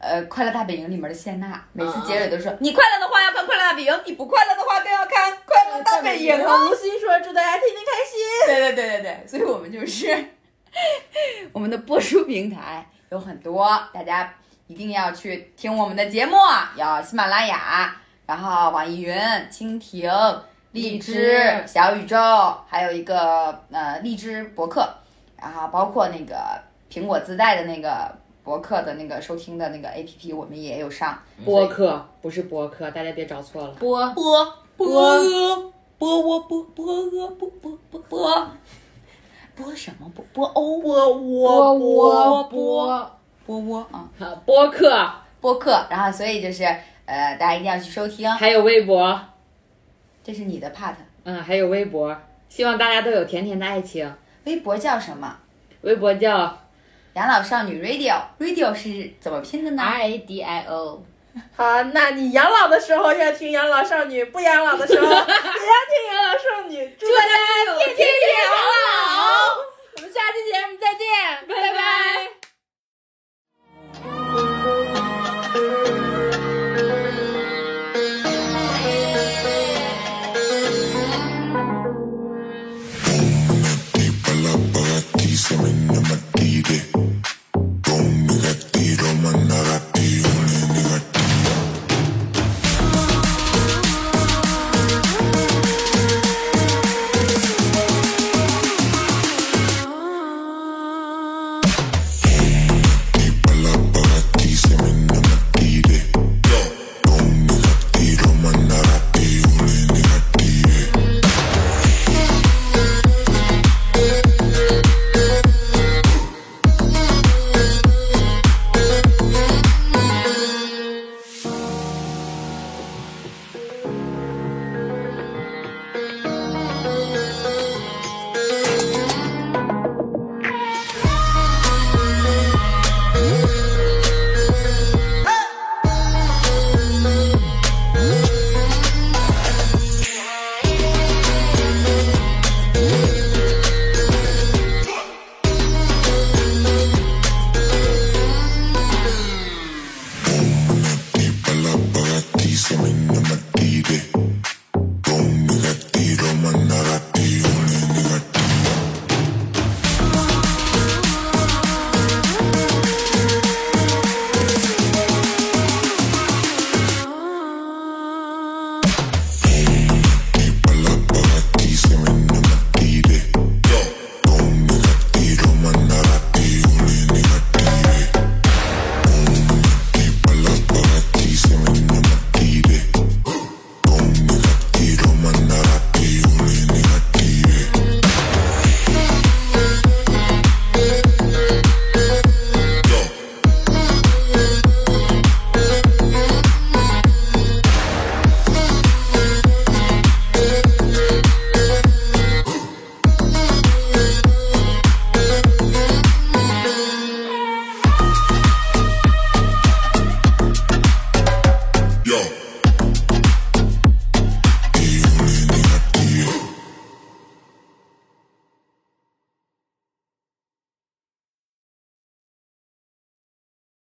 [SPEAKER 2] 呃，《快乐大本营》里面的谢娜，每次结尾都说：“你快乐的话要看《快乐大本营》，你不快乐的话更要看《快乐大
[SPEAKER 1] 哎
[SPEAKER 2] 本营》
[SPEAKER 3] 然
[SPEAKER 2] 哦。
[SPEAKER 3] 后吴昕说：“祝大家天天开心。”
[SPEAKER 2] 对对对对对，所以我们就是我们的播出平台有很多，大家一定要去听我们的节目，有喜马拉雅，然后网易云、蜻蜓、荔
[SPEAKER 4] 荔
[SPEAKER 2] 枝
[SPEAKER 4] 枝、
[SPEAKER 2] 小宇宙，还有一个呃荔枝博客，然后包括那个苹果自带的那个博客的那个收听的那个 APP，我们也有上
[SPEAKER 1] 播客不是播客，大家别找错了。
[SPEAKER 4] 播
[SPEAKER 2] 播播播播播播播播播播播什么播播欧
[SPEAKER 3] 波窝波
[SPEAKER 4] 播播，
[SPEAKER 2] 播播啊
[SPEAKER 1] 啊播客
[SPEAKER 2] 播客，然后所以就是呃，大家一定要去收听，
[SPEAKER 1] 还有微博，
[SPEAKER 2] 这是你的 part。
[SPEAKER 1] 嗯，还有微博，希望大家都有甜甜的爱情。
[SPEAKER 2] 微博叫什么？
[SPEAKER 1] 微博叫
[SPEAKER 2] 养老少女 radio，radio 是怎么拼的呢？
[SPEAKER 4] R A D I O。
[SPEAKER 3] 好，那你养老的时候要听养老少女，不养老的时候也要听养老少女。祝大家天天养老。
[SPEAKER 2] 我们下期节目再见，拜拜